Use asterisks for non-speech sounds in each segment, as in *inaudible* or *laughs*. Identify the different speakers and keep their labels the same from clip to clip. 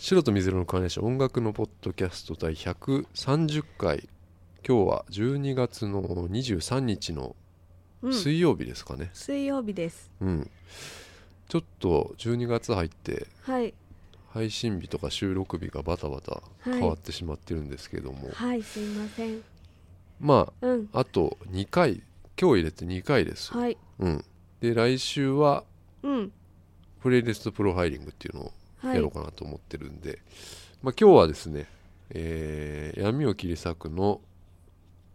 Speaker 1: 白と水色の関連者音楽のポッドキャスト第130回今日は12月の23日の
Speaker 2: うん、
Speaker 1: 水曜日ですかね、
Speaker 2: 水曜日です
Speaker 1: うんちょっと12月入って
Speaker 2: はい
Speaker 1: 配信日とか収録日がバタバタ変わってしまってるんですけども、
Speaker 2: はいすいません
Speaker 1: ま
Speaker 2: うん
Speaker 1: ああと2回今日入れて2回です、
Speaker 2: はい
Speaker 1: うん、で来週は
Speaker 2: うん
Speaker 1: プレイリストプロファイリングっていうのを
Speaker 2: は
Speaker 1: やろう
Speaker 2: い
Speaker 1: かなと思ってるんで、まあ、今日はですね、えー闇を切り裂くの、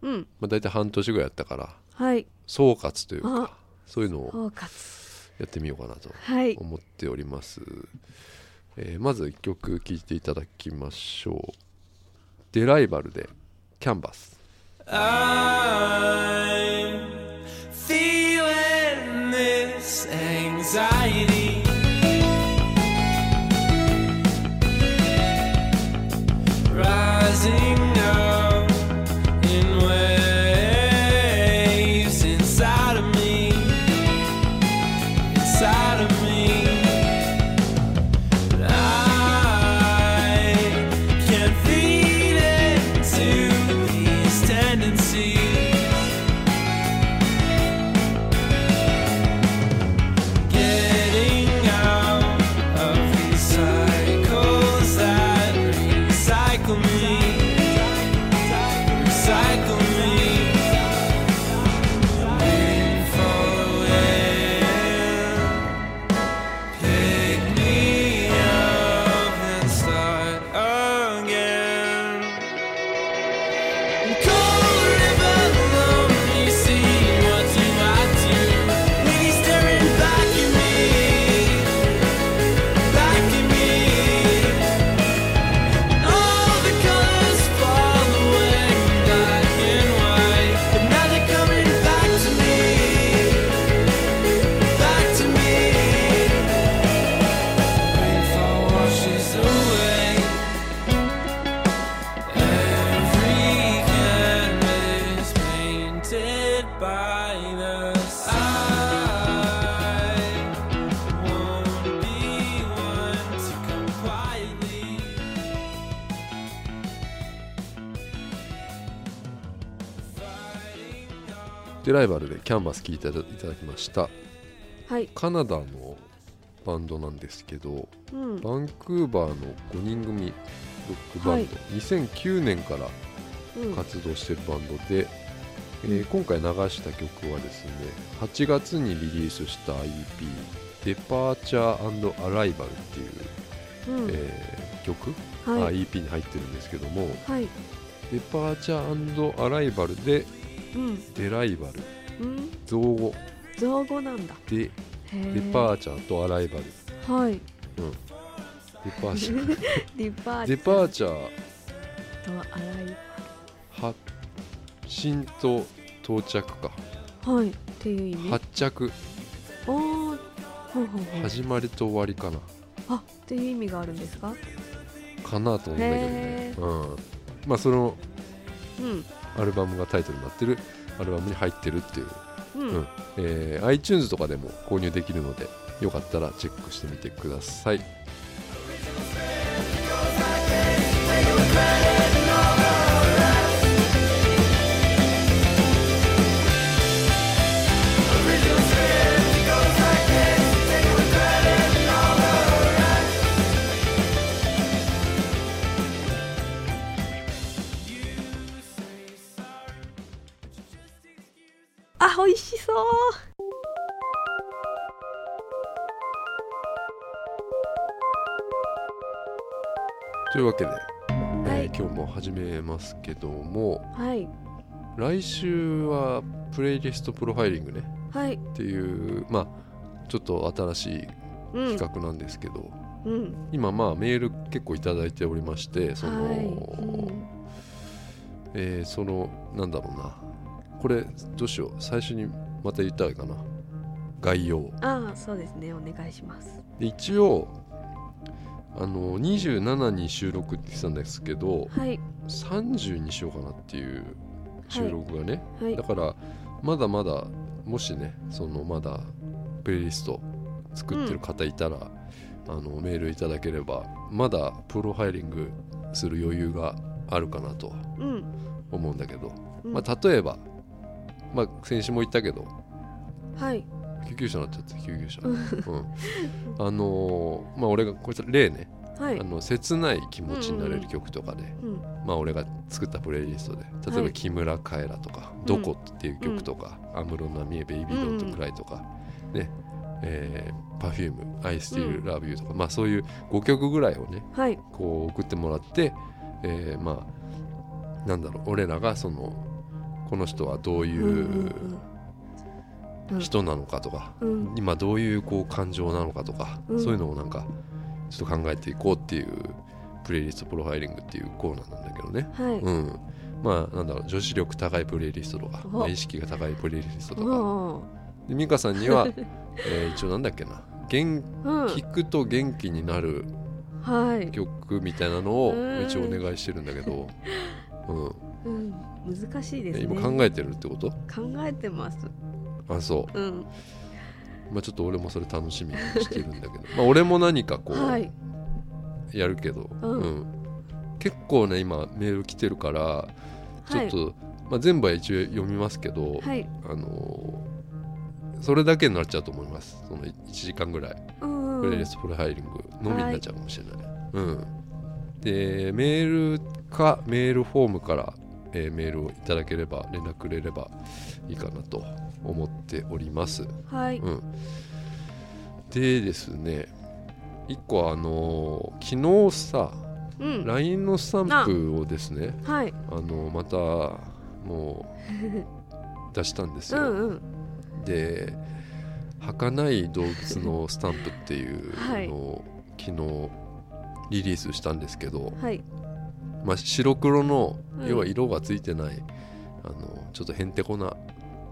Speaker 2: うん
Speaker 1: まあ、大体半年ぐらいやったから
Speaker 2: はい
Speaker 1: 総括というか
Speaker 2: あ
Speaker 1: そういうのを
Speaker 2: 包括
Speaker 1: やってみようかなと
Speaker 2: はい
Speaker 1: 思っております、えーまず1曲聴いていただきましょう「デライバル」で「キャンバス
Speaker 3: I'm feeling this anxiety. Rising up in waves inside of me, inside of me. I can feed into these tendencies. Getting out of these cycles that recycle me, recycle me. Rainfall Pick me up and start again. Cold river, lonely sea, what do I do when he's staring back at me, back at me? All the colors fall away, black and white, but now they're coming back to me, back to me. Rainfall washes away every canvas painted by the side. Won't be one to come quietly. Fighting」
Speaker 1: デライバルで「キャンバス」聴いていただきました
Speaker 2: はい
Speaker 1: カナダのバンドなんですけど
Speaker 2: うん
Speaker 1: バンクーバーの5人組ロックバンド、2009年から
Speaker 2: うん
Speaker 1: 活動してるバンドで、えー今回流した曲はですね8月にリリースした EP「デパーチャーアライバル」っていう、
Speaker 2: うん
Speaker 1: えー曲、
Speaker 2: は
Speaker 1: あ
Speaker 2: い
Speaker 1: EP に入ってるんですけども
Speaker 2: はい
Speaker 1: 「デパーチャーアライバル」で
Speaker 2: うん
Speaker 1: 「デライバル」
Speaker 2: うん
Speaker 1: 造語
Speaker 2: 造語なんだ
Speaker 1: で
Speaker 2: へ
Speaker 1: 「
Speaker 2: え
Speaker 1: デパーチャーとアライバル」
Speaker 2: はい
Speaker 1: うんデパーチャー
Speaker 2: *laughs* デパーチ
Speaker 1: デパーチャー
Speaker 2: ャーと洗い
Speaker 1: 発進と到着か
Speaker 2: はいっていう意味
Speaker 1: 発着
Speaker 2: おおほうほうほう
Speaker 1: 始まりと終わりかな
Speaker 2: あっていう意味があるんですか
Speaker 1: かなと思うんだけどね
Speaker 2: へ、
Speaker 1: うん、まあその
Speaker 2: うん
Speaker 1: アルバムがタイトルになってるアルバムに入ってるっていう、
Speaker 2: う
Speaker 1: うん
Speaker 2: ん
Speaker 1: えー iTunes とかでも購入できるのでよかったらチェックしてみてください
Speaker 2: あ美味しそう
Speaker 1: というわけで、えー
Speaker 2: はい
Speaker 1: 今日も始めますけども
Speaker 2: はい
Speaker 1: 来週はプレイリストプロファイリングね
Speaker 2: はい
Speaker 1: っていうまあちょっと新しいう企
Speaker 2: ん
Speaker 1: 画なんですけど、
Speaker 2: うん
Speaker 1: 今まあメール結構いただいておりましてその、
Speaker 2: はいうん
Speaker 1: えーそのなんだろうなこれどうしよう最初にまた言ったらいいかな概要
Speaker 2: ああそうですねお願いします
Speaker 1: で一応あの27に収録って言ってたんですけど
Speaker 2: はい
Speaker 1: 30にしようかなっていう収録がね、
Speaker 2: はい
Speaker 1: だからまだまだもしねそのまだプレイリスト作ってる方いたら、あのメールいただければまだプロファイリングする余裕があるかなと
Speaker 2: うん。
Speaker 1: 思うんだけど、
Speaker 2: うん
Speaker 1: まあ、例えば、まあ、先週も言ったけど
Speaker 2: はい。
Speaker 1: 救急車になっちゃって救急車、うん、あのーまあ俺がこれ例ね、
Speaker 2: はい
Speaker 1: あ。の切ない気持ちになれる曲とかで、
Speaker 2: うん。
Speaker 1: まあ、俺が作ったプレイリストで例え
Speaker 2: は
Speaker 1: ば「
Speaker 2: い
Speaker 1: 木村カエラ」とか「どこ」っていう曲とか「安室奈美恵ベイビー・ドント・クライ」とか、ねえー、Perfume「I
Speaker 2: う
Speaker 1: Still
Speaker 2: ん
Speaker 1: Love You」とか、まあ、そういう5曲ぐらいをね
Speaker 2: はい。
Speaker 1: こう送ってもらって、えーまあなんだろう俺らがそのこの人はどうい
Speaker 2: うんうん
Speaker 1: う
Speaker 2: うん
Speaker 1: 人なのかとか、
Speaker 2: うん。うん。
Speaker 1: 今どういうこう感情なのかとか、
Speaker 2: うん
Speaker 1: そういうのをなんかちょっと考えていこうっていうプレイリストプロファイリングっていうコーナーなんだけどね。
Speaker 2: はい。
Speaker 1: うん、まあなんだろう女子力高いプレイリストとか、
Speaker 2: お
Speaker 1: まあ意識が高いプレイリストとか
Speaker 2: うん
Speaker 1: で美香さんには、 *laughs* えー一応なんだっけな元
Speaker 2: うん。
Speaker 1: 聞くと元気になる
Speaker 2: はい。
Speaker 1: 曲みたいなのを
Speaker 2: うん
Speaker 1: 一応お願いしてるんだけど、うん
Speaker 2: うん。難しいです
Speaker 1: え
Speaker 2: ね。
Speaker 1: 今考えてるってこと
Speaker 2: 考えてます。
Speaker 1: あそ
Speaker 2: うん。
Speaker 1: う、まあ、ちょっと俺もそれ楽しみにしてるんだけどまあ俺も何かこ。
Speaker 2: はいう
Speaker 1: やるけど、
Speaker 2: うん
Speaker 1: うん結構ね今メール来てるからち
Speaker 2: は
Speaker 1: ょっ
Speaker 2: い。
Speaker 1: と、まあ、全部は一応読みますけど、
Speaker 2: はい。
Speaker 1: あのーそれだけになっちゃうと思いますその1時間ぐらい
Speaker 2: うん。
Speaker 1: プレイリストプロファイリングのみになっちゃうかもしれない、うんでメールかメールフォームから、えーメールをいただければ連絡くれればいいかなと思っております、
Speaker 2: はい。
Speaker 1: うん、でですね1個あのー昨日さ
Speaker 2: うん。
Speaker 1: LINE のスタンプをですね
Speaker 2: はい。
Speaker 1: あのーまたも
Speaker 2: *laughs*
Speaker 1: う出したんです
Speaker 2: う
Speaker 1: よ、
Speaker 2: んうん。
Speaker 1: で儚い動物のスタンプっていう
Speaker 2: はい
Speaker 1: のを昨日リリースしたんですけど、
Speaker 2: はい。
Speaker 1: まあ、白黒の
Speaker 2: うん
Speaker 1: 要は色がついてない、あのちょっとへんてこな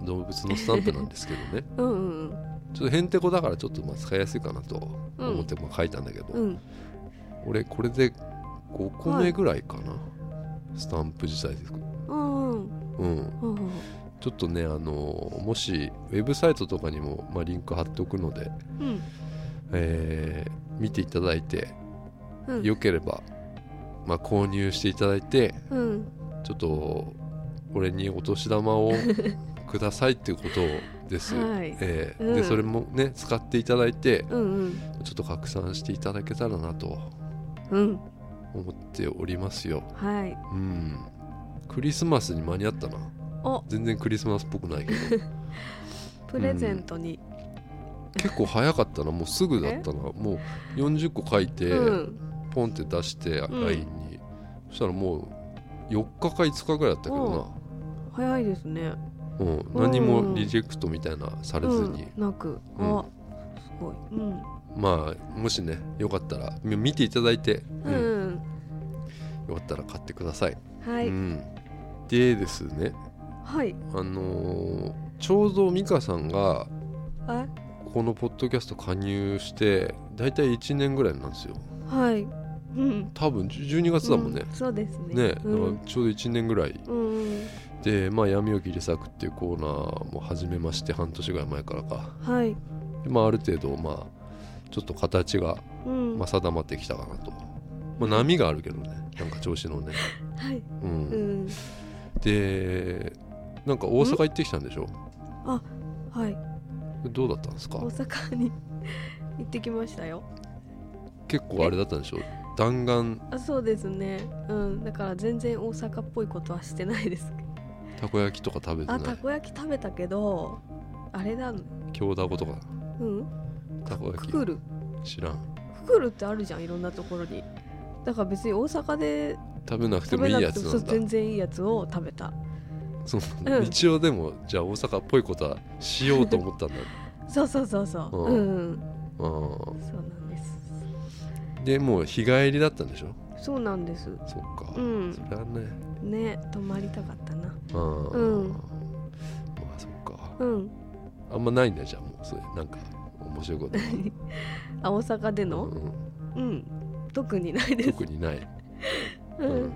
Speaker 1: 動物のスタンプなんですけ
Speaker 2: *laughs*
Speaker 1: どね
Speaker 2: うんうん
Speaker 1: ちょっとへんてこだからちょっとまあ使いやすいかなと
Speaker 2: うん
Speaker 1: 思ってまあ書いたんだけど、
Speaker 2: うん。うん。
Speaker 1: 俺これで5個目ぐらいかな、スタンプ自体です
Speaker 2: うんうん。
Speaker 1: うん、
Speaker 2: うんうん。
Speaker 1: ちょっとねあのもしウェブサイトとかにも、まあ、リンク貼っておくので
Speaker 2: うん。
Speaker 1: えー見ていただいて、
Speaker 2: うん。
Speaker 1: よければ、まあ、購入していただいて
Speaker 2: うん。
Speaker 1: ちょっと俺にお年玉
Speaker 2: *laughs*
Speaker 1: をくださいっていうことです、
Speaker 2: はい
Speaker 1: えー
Speaker 2: うん
Speaker 1: でそれもね使っていただいて
Speaker 2: うんうん。
Speaker 1: ちょっと拡散していただけたらなと
Speaker 2: うん。
Speaker 1: 思っておりますよ
Speaker 2: はい。
Speaker 1: うんクリスマスに間に合ったな
Speaker 2: お、
Speaker 1: 全然クリスマスっぽくないけ
Speaker 2: *laughs*
Speaker 1: ど
Speaker 2: プレゼントに。
Speaker 1: 結構早かったなもうすぐだったなもう40個書いて、
Speaker 2: うん。
Speaker 1: ポンって出して LINE
Speaker 2: ん
Speaker 1: に、そしたらもう4日か5日ぐらいだったけど
Speaker 2: 早いですね。
Speaker 1: な、うん何もリジェクトみたいなされずに、
Speaker 2: うん、なく。
Speaker 1: うん
Speaker 2: あ、すごい。うん。
Speaker 1: まあもしねよかったらみ見ていただいて、う
Speaker 2: うんん。
Speaker 1: よかったら買ってください、
Speaker 2: はい。
Speaker 1: うん、でですね
Speaker 2: はい。
Speaker 1: あのーちょうど美香さんが
Speaker 2: あ、
Speaker 1: このポッドキャスト加入して大体1年ぐらいなんですよ
Speaker 2: はい。うん。
Speaker 1: 多分12月だもんね、
Speaker 2: うそうですね。
Speaker 1: ねだか
Speaker 2: う
Speaker 1: ら
Speaker 2: ん。
Speaker 1: ちょうど1年ぐらい
Speaker 2: うん。
Speaker 1: で、まあ、闇を切り裂くっていうコーナーも始めまして半年ぐらい前からか、
Speaker 2: はい。
Speaker 1: でまあ、ある程度、まあ、ちょっと形が、
Speaker 2: うん。
Speaker 1: まあ、定まってきたかなと、まあ、波があるけどねなんか調子のね、
Speaker 2: はい。
Speaker 1: うん
Speaker 2: うん。
Speaker 1: でなんか大阪行ってきたんでしょ
Speaker 2: はい。
Speaker 1: どうだったんですか
Speaker 2: 大阪に *laughs* 行ってきましたよ。
Speaker 1: 結構あれだったんでしょ弾丸
Speaker 2: あ、そうですね。うん。だから全然大阪っぽいことはしてないです。
Speaker 1: たこ焼きとか食べて
Speaker 2: あ、
Speaker 1: な
Speaker 2: た
Speaker 1: い
Speaker 2: こ焼き食べたけど、あれだ、
Speaker 1: 京だことか
Speaker 2: うん。
Speaker 1: たこ
Speaker 2: ク
Speaker 1: 焼
Speaker 2: クール。
Speaker 1: き知らん
Speaker 2: ククールってあるじゃんいろんなところにだから別に大阪で
Speaker 1: 食べなくて
Speaker 2: 食
Speaker 1: も
Speaker 2: べ
Speaker 1: いい
Speaker 2: な
Speaker 1: や
Speaker 2: くて
Speaker 1: つ
Speaker 2: も
Speaker 1: なんだ
Speaker 2: そう全然いいやつを食べた
Speaker 1: そう
Speaker 2: うん
Speaker 1: 一応でもじゃあ大阪っぽいことはしようと思ったん
Speaker 2: *laughs*
Speaker 1: だ、
Speaker 2: そうそうそうそう
Speaker 1: う
Speaker 2: うんん、う
Speaker 1: う
Speaker 2: ん、
Speaker 1: ん
Speaker 2: そうなんです
Speaker 1: でもう日帰りだったんでしょ
Speaker 2: そうなんです
Speaker 1: そっか、
Speaker 2: うん
Speaker 1: それはね
Speaker 2: ね泊まりたかったな
Speaker 1: あー
Speaker 2: うん
Speaker 1: まあそっか
Speaker 2: うん
Speaker 1: あんまないんだじゃあもうそれなんか面白いこと
Speaker 2: あ大阪での
Speaker 1: うん
Speaker 2: うん特にないです
Speaker 1: 特にない
Speaker 2: うんん、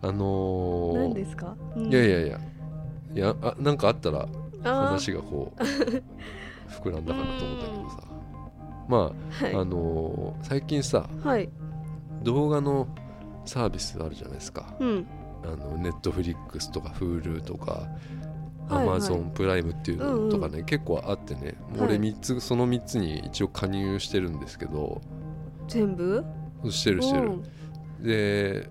Speaker 1: あの
Speaker 2: うん、
Speaker 1: ー
Speaker 2: 何ですか、うん、
Speaker 1: いやい
Speaker 2: や
Speaker 1: やいやいやあなんかあったら
Speaker 2: あー *laughs*
Speaker 1: 話がこう膨らんだかなと思ったけどさまあ、
Speaker 2: はい
Speaker 1: あのー最近さ
Speaker 2: はい
Speaker 1: 動画のサービスあるじゃないですか
Speaker 2: うん
Speaker 1: あのネットフリックスとか Hulu とかア
Speaker 2: はいは
Speaker 1: マ
Speaker 2: い
Speaker 1: ゾンプライムっていうのとかね、結構あってねもう俺
Speaker 2: はい
Speaker 1: 三つ、その3つに一応加入してるんですけど
Speaker 2: 全部
Speaker 1: してるしてるで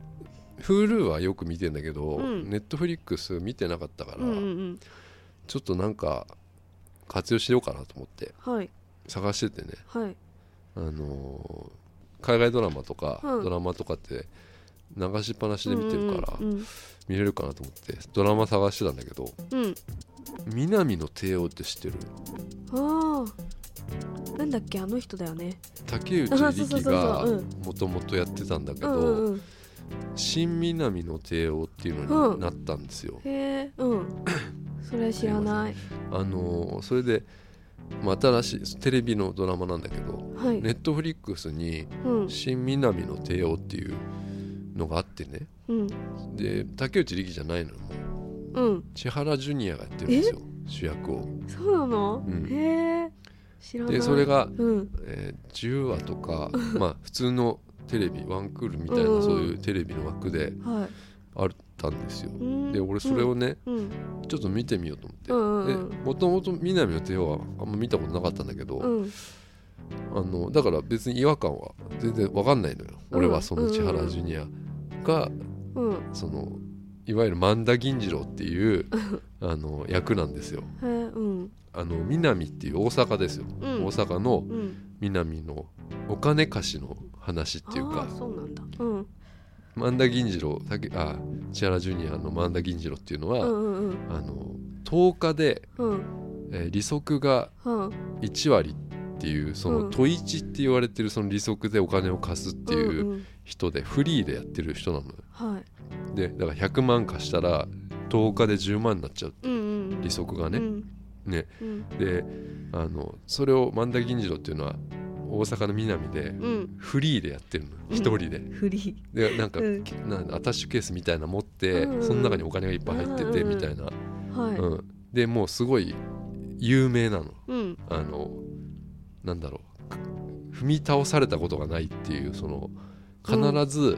Speaker 1: Hulu はよく見てんだけど、
Speaker 2: うん
Speaker 1: ネットフリックス見てなかったから、
Speaker 2: うんうんうん
Speaker 1: ちょっとなんか活用しようかなと思って
Speaker 2: うんはい
Speaker 1: 探しててね、
Speaker 2: はい
Speaker 1: あのー海外ドラマとか、
Speaker 2: うん
Speaker 1: ドラマとかって流しっぱなしで見てるから、
Speaker 2: うん
Speaker 1: 見れるかなと思ってドラマ探してたんだけど
Speaker 2: うん、うん
Speaker 1: 「南の帝王」って知ってる
Speaker 2: ああなんだっけあの人だよね
Speaker 1: 竹内
Speaker 2: あそうそうそう
Speaker 1: 力
Speaker 2: そう
Speaker 1: が
Speaker 2: うん
Speaker 1: もともとやってたんだけ
Speaker 2: う
Speaker 1: ど「
Speaker 2: んうんうん
Speaker 1: 新南の帝王」っていうのになったんですよ。
Speaker 2: へえうん
Speaker 1: *coughs*
Speaker 2: それ知らない
Speaker 1: あのーそれで、まあ、新しいテレビのドラマなんだけど
Speaker 2: はい、
Speaker 1: ネットフリックスに
Speaker 2: うん
Speaker 1: 「新南の帝王」っていうのがあってね
Speaker 2: うん
Speaker 1: で竹内力じゃないのよもう
Speaker 2: うん
Speaker 1: 千原ジュニアがやってるんですよ主役を。
Speaker 2: そうなの、
Speaker 1: うん
Speaker 2: へえ知らない
Speaker 1: でそれが、
Speaker 2: うん
Speaker 1: えー10話とかまあ普通のテレビワンクールみたいな
Speaker 2: うんうん
Speaker 1: そういうテレビの枠で
Speaker 2: は
Speaker 1: あったんですよ
Speaker 2: い。うん
Speaker 1: で俺それをね、
Speaker 2: うん
Speaker 1: ちょっと見てみようと思って。
Speaker 2: うんうん
Speaker 1: でもともと南の帝王はあんま見たことなかったんだけど、
Speaker 2: うんうん
Speaker 1: あのだから別に違和感は全然わかんないのよ、
Speaker 2: うん
Speaker 1: 俺はその千原ジュニアが
Speaker 2: うん
Speaker 1: そのいわゆる萬田銀次郎っていうあの役なんですよ
Speaker 2: へえうん
Speaker 1: あの南っていう大阪ですよ、
Speaker 2: うん
Speaker 1: 大阪の
Speaker 2: うん
Speaker 1: 南のお金貸しの話っていう
Speaker 2: あ
Speaker 1: か
Speaker 2: ーそうなんだうん
Speaker 1: 萬田銀次郎たけあ千原ジュニアの萬田銀次郎っていうのは、
Speaker 2: うんうん
Speaker 1: あの10日で、
Speaker 2: うんうん
Speaker 1: えー利息が
Speaker 2: は
Speaker 1: 1割っていうその
Speaker 2: うん
Speaker 1: 都一って言われてるその利息でお金を貸すっていう、
Speaker 2: んん
Speaker 1: 人でフリーでやってる人なのよ
Speaker 2: はい
Speaker 1: でだから100万貸したら10日で10万になっちゃう
Speaker 2: うんうんうん
Speaker 1: 利息が
Speaker 2: う
Speaker 1: ね、
Speaker 2: ん
Speaker 1: ね
Speaker 2: うん
Speaker 1: であのそれを萬田銀次郎っていうのは大阪の南で
Speaker 2: うん
Speaker 1: フリーでやってるの
Speaker 2: うん
Speaker 1: 一人で
Speaker 2: フリー
Speaker 1: でなんか、
Speaker 2: うん
Speaker 1: きなんアタッシュケースみたいなの持って、
Speaker 2: うんうん
Speaker 1: その中にお金がいっぱい入ってて
Speaker 2: うんうん
Speaker 1: みたいな、
Speaker 2: はい
Speaker 1: うんでもうすごい有名なの
Speaker 2: うん
Speaker 1: あのなんだろう踏み倒されたことがないっていうその必ず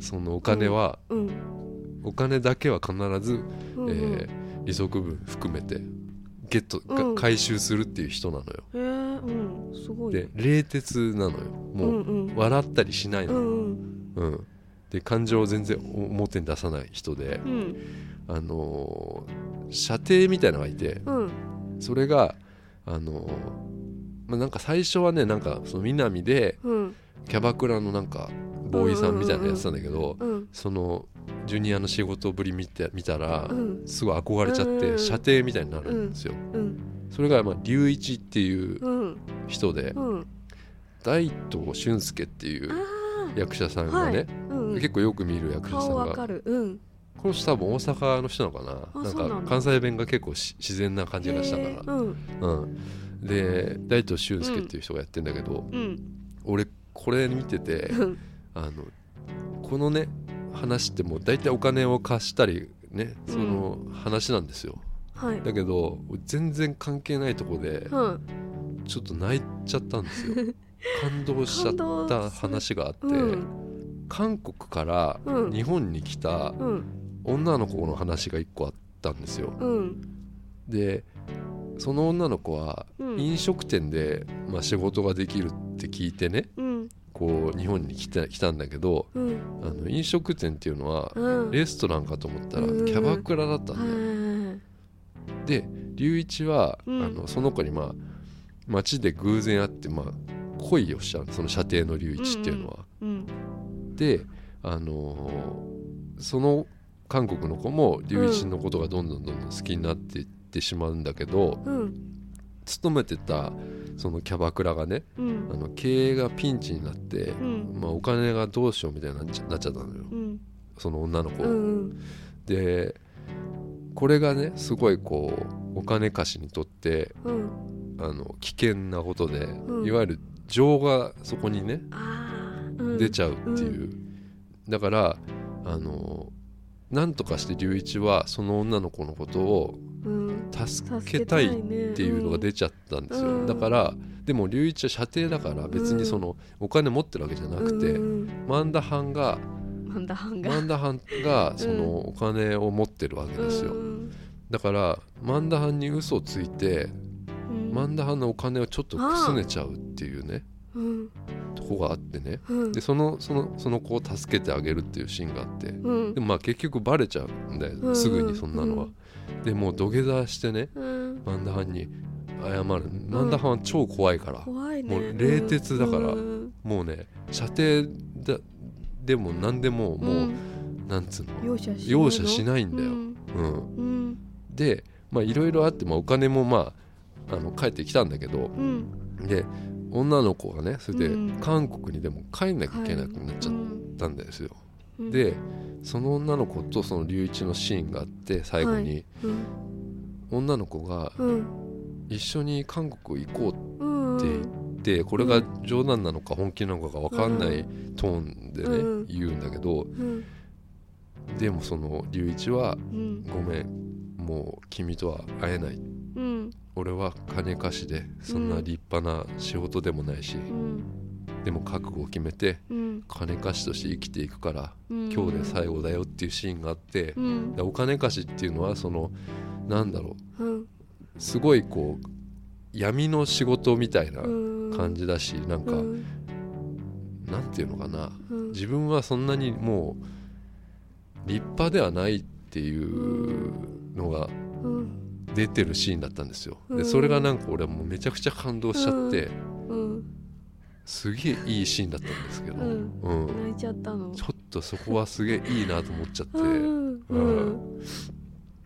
Speaker 1: そのお金は、
Speaker 2: うん
Speaker 1: お金だけは必ず、
Speaker 2: うんうん
Speaker 1: えー利息分含めてゲット、が
Speaker 2: うん
Speaker 1: 回収するっていう人なのよ
Speaker 2: へえうんすごい
Speaker 1: で冷徹なのよもう、
Speaker 2: うんうん
Speaker 1: 笑ったりしない
Speaker 2: うん
Speaker 1: の、
Speaker 2: うん
Speaker 1: うんで感情を全然表に出さない人で、
Speaker 2: うん
Speaker 1: あのー射程みたいなのがいて
Speaker 2: うん
Speaker 1: それがあのーまあ、なんか最初はねなんかその南で
Speaker 2: うん
Speaker 1: キャバクラのなんかボーイさんみたいなのやってたんだけど、
Speaker 2: うん
Speaker 1: そのジュニアの仕事ぶり見て見たら、
Speaker 2: うん
Speaker 1: すごい憧れちゃっ
Speaker 2: うんう
Speaker 1: て
Speaker 2: ん
Speaker 1: 射程みたいになるんですよ、
Speaker 2: うん
Speaker 1: それがまあ龍一っていう
Speaker 2: うん
Speaker 1: 人で、
Speaker 2: うん
Speaker 1: 大東俊介っていう
Speaker 2: あ
Speaker 1: 役者さんがね、
Speaker 2: あうんうん
Speaker 1: 結構よく見る役者さ
Speaker 2: 顔わ
Speaker 1: ん
Speaker 2: か
Speaker 1: が
Speaker 2: るうん
Speaker 1: この人多分大阪の人なのかな
Speaker 2: あ
Speaker 1: なん
Speaker 2: そうな
Speaker 1: か
Speaker 2: んだ
Speaker 1: 関西弁が結構し自然な感じがしたか
Speaker 2: へえ
Speaker 1: ら、
Speaker 2: うん
Speaker 1: うん、で大東俊介っていう人がやってんだけど、
Speaker 2: うん
Speaker 1: 俺これ見てて
Speaker 2: うん
Speaker 1: あのこのね話ってもう大体お金を貸したりねその話なんですよ、
Speaker 2: はい
Speaker 1: だけど全然関係ないとこで
Speaker 2: うん
Speaker 1: ちょっと泣いちゃったんですよ
Speaker 2: *laughs*
Speaker 1: 感動しちゃった話があって、
Speaker 2: うん
Speaker 1: 韓国から
Speaker 2: うん
Speaker 1: 日本に来た
Speaker 2: うん
Speaker 1: 女の子の話が一個あったんですよ
Speaker 2: うん
Speaker 1: でその女の子は
Speaker 2: うん
Speaker 1: 飲食店で、まあ、仕事ができるって聞いてね
Speaker 2: うん
Speaker 1: こう日本に来て来たんだけど
Speaker 2: うん
Speaker 1: あの飲食店っていうのは
Speaker 2: うん
Speaker 1: レストランかと思ったら
Speaker 2: う
Speaker 1: キ
Speaker 2: ん
Speaker 1: ャバクラだったんだよ、
Speaker 2: はい
Speaker 1: で龍一は、
Speaker 2: うん
Speaker 1: あのその子にまあ街で偶然会って、まあ、恋をしちゃうその射程の龍一っていうのは。
Speaker 2: うん
Speaker 1: で、あのーその韓国の子も龍一のことがどんどんどんどん好きになっていってしまうんだけど
Speaker 2: うん
Speaker 1: 勤めてたそのキャバクラがね
Speaker 2: う
Speaker 1: あ
Speaker 2: ん
Speaker 1: の経営がピンチになって、
Speaker 2: うん
Speaker 1: まあ、お金がどうしようみたいになっちゃなっちゃったのよ
Speaker 2: うん
Speaker 1: その女の子。
Speaker 2: うん
Speaker 1: でこれがねすごいこうお金貸しにとって
Speaker 2: うん
Speaker 1: あの危険なことで、
Speaker 2: ん
Speaker 1: いわゆる情がそこにね
Speaker 2: ああうん
Speaker 1: 出ちゃうっていう、だからあのなんとかして龍一はその女の子のことを
Speaker 2: うん
Speaker 1: 助
Speaker 2: 助
Speaker 1: け
Speaker 2: け
Speaker 1: た
Speaker 2: た
Speaker 1: い
Speaker 2: い
Speaker 1: っ
Speaker 2: ね
Speaker 1: ていうのが出ちゃったんですよ、
Speaker 2: うん
Speaker 1: だからでも龍一は舎弟だから別にそのお金持ってるわけじゃなくて、
Speaker 2: うん
Speaker 1: マンダハンが
Speaker 2: うん、なんだハンが
Speaker 1: マンダハンがそのお金を持ってるわけですよ、
Speaker 2: うん
Speaker 1: だからマンダハンに嘘をついて
Speaker 2: うん
Speaker 1: マンダハンのお金をちょっとくすねちゃうっていうね
Speaker 2: うん
Speaker 1: とこがあってね
Speaker 2: うん
Speaker 1: でそのそのその子を助けてあげるっていうシーンがあって
Speaker 2: うん
Speaker 1: でもまあ結局バレちゃうんだ
Speaker 2: う
Speaker 1: よ
Speaker 2: ん
Speaker 1: すぐにそんなのは
Speaker 2: う。
Speaker 1: でもう土下座してね
Speaker 2: うん
Speaker 1: マンダハンに謝るマンダハンは超怖いから、
Speaker 2: 怖いね
Speaker 1: もう冷徹だから
Speaker 2: うん
Speaker 1: もうね射程だでも何でももう、
Speaker 2: ん
Speaker 1: なんつうの
Speaker 2: 容赦しないの
Speaker 1: 容赦しないんだよ。
Speaker 2: うん
Speaker 1: うん
Speaker 2: うん
Speaker 1: でまあいろいろあって、まあ、お金もまああの帰ってきたんだけど
Speaker 2: うん
Speaker 1: で女の子がねそれで
Speaker 2: うん
Speaker 1: 韓国にでも帰んなきゃいけなくなっちゃったんですよ。
Speaker 2: うん
Speaker 1: でその女の子とその龍一のシーンがあって最後に、
Speaker 2: うん
Speaker 1: 女の子が
Speaker 2: うん
Speaker 1: 一緒に韓国行こうって
Speaker 2: うん
Speaker 1: でってこれが冗談なのか本気なのかが分かんないトーンでね、
Speaker 2: うん
Speaker 1: 言うんだけど
Speaker 2: うん
Speaker 1: でもその龍一は
Speaker 2: うん
Speaker 1: 「ごめんもう君とは会えない
Speaker 2: うん
Speaker 1: 俺は金貸しでそんな立派な仕事でもないし、
Speaker 2: うん
Speaker 1: でも覚悟を決めて
Speaker 2: うん
Speaker 1: 金貸しとして生きていくから
Speaker 2: うん
Speaker 1: 今日で最後だよ」っていうシーンがあって
Speaker 2: う、ん
Speaker 1: でお金貸しっていうのはそのなんだろ
Speaker 2: うん
Speaker 1: うすごいこう闇の仕事みたいな
Speaker 2: うん
Speaker 1: 感じだし、なんか、
Speaker 2: うん
Speaker 1: なんていうのかな
Speaker 2: うん
Speaker 1: 自分はそんなにもう立派ではないっていうのが
Speaker 2: うん
Speaker 1: 出てるシーンだったんですよ。
Speaker 2: う
Speaker 1: で
Speaker 2: ん
Speaker 1: それがなんか俺はもうめちゃくちゃ感動しちゃって
Speaker 2: うん
Speaker 1: すげえいいシーンだったんですけど、
Speaker 2: うん
Speaker 1: うん、
Speaker 2: 泣いちゃったの
Speaker 1: ちょっとそこはすげえいいなと思っちゃっ
Speaker 2: うん
Speaker 1: う
Speaker 2: うんん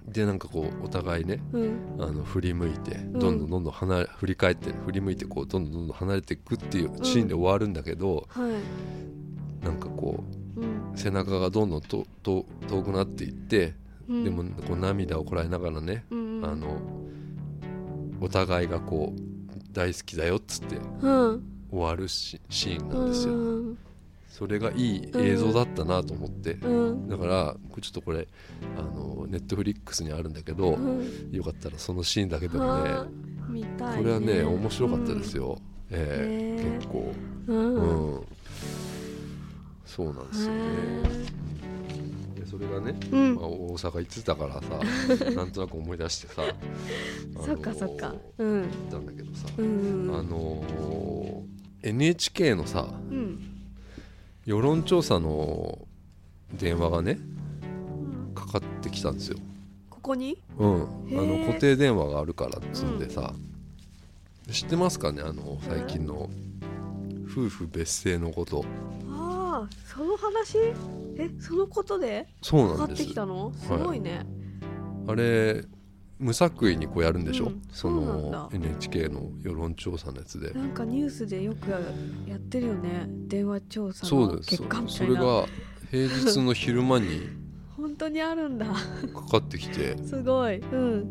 Speaker 1: てでなんかこうお互いね
Speaker 2: うん
Speaker 1: あの振り向いてどんどんどんどん離れ振り返って振り向いてこうどんどんどんどん離れていくっていうシーンで終わるんだけど
Speaker 2: はい
Speaker 1: なんかこ
Speaker 2: うん
Speaker 1: う背中がどんどんとと遠くなっていって
Speaker 2: うん
Speaker 1: でもこう涙をこらえながらね、
Speaker 2: うん
Speaker 1: あのお互いがこう大好きだよっつって
Speaker 2: うん
Speaker 1: 終わるシシーンなんですよ、
Speaker 2: うん
Speaker 1: それがいい映像だったなと思って、
Speaker 2: うん
Speaker 1: だからこれちょっとこれあのネットフリックスにあるんだけど、
Speaker 2: うん
Speaker 1: よかったらそのシーンだけでもね、
Speaker 2: はー見たい
Speaker 1: これはね面白かったですよ、ええ
Speaker 2: ねえ
Speaker 1: 結構
Speaker 2: うん
Speaker 1: う
Speaker 2: うん
Speaker 1: ん、そうなんですよね
Speaker 2: へ
Speaker 1: でそれがね
Speaker 2: ーうん
Speaker 1: まあ、大阪行ってたからさ
Speaker 2: *laughs*
Speaker 1: なんとなく思い出してさ
Speaker 2: そっかそっか
Speaker 1: 行
Speaker 2: うん
Speaker 1: ったんだけどさ、
Speaker 2: うんうん
Speaker 1: あのー NHK のさ
Speaker 2: うん
Speaker 1: 世論調査の電話がねかかってきたんですよ、
Speaker 2: ここに
Speaker 1: うん、あ
Speaker 2: へ
Speaker 1: の
Speaker 2: ー
Speaker 1: 固定電話があるからっつうんでさ、知ってますかねあの最近の夫婦別姓のこと
Speaker 2: ああその話えそのことで
Speaker 1: そう
Speaker 2: か
Speaker 1: なん
Speaker 2: かっ
Speaker 1: で
Speaker 2: て
Speaker 1: す
Speaker 2: きたのすごいね
Speaker 1: あれ無作為にこうやるんでしょ、
Speaker 2: うん
Speaker 1: そ
Speaker 2: そうなん
Speaker 1: の
Speaker 2: だ
Speaker 1: NHK の世論調査のやつで。
Speaker 2: なんかニュースでよくやってるよね電話調査
Speaker 1: そう
Speaker 2: の
Speaker 1: です
Speaker 2: 結果み
Speaker 1: そ
Speaker 2: た
Speaker 1: れ
Speaker 2: いな
Speaker 1: が平日の昼間に
Speaker 2: 本当にあるんだ
Speaker 1: かかってきて
Speaker 2: すごいうん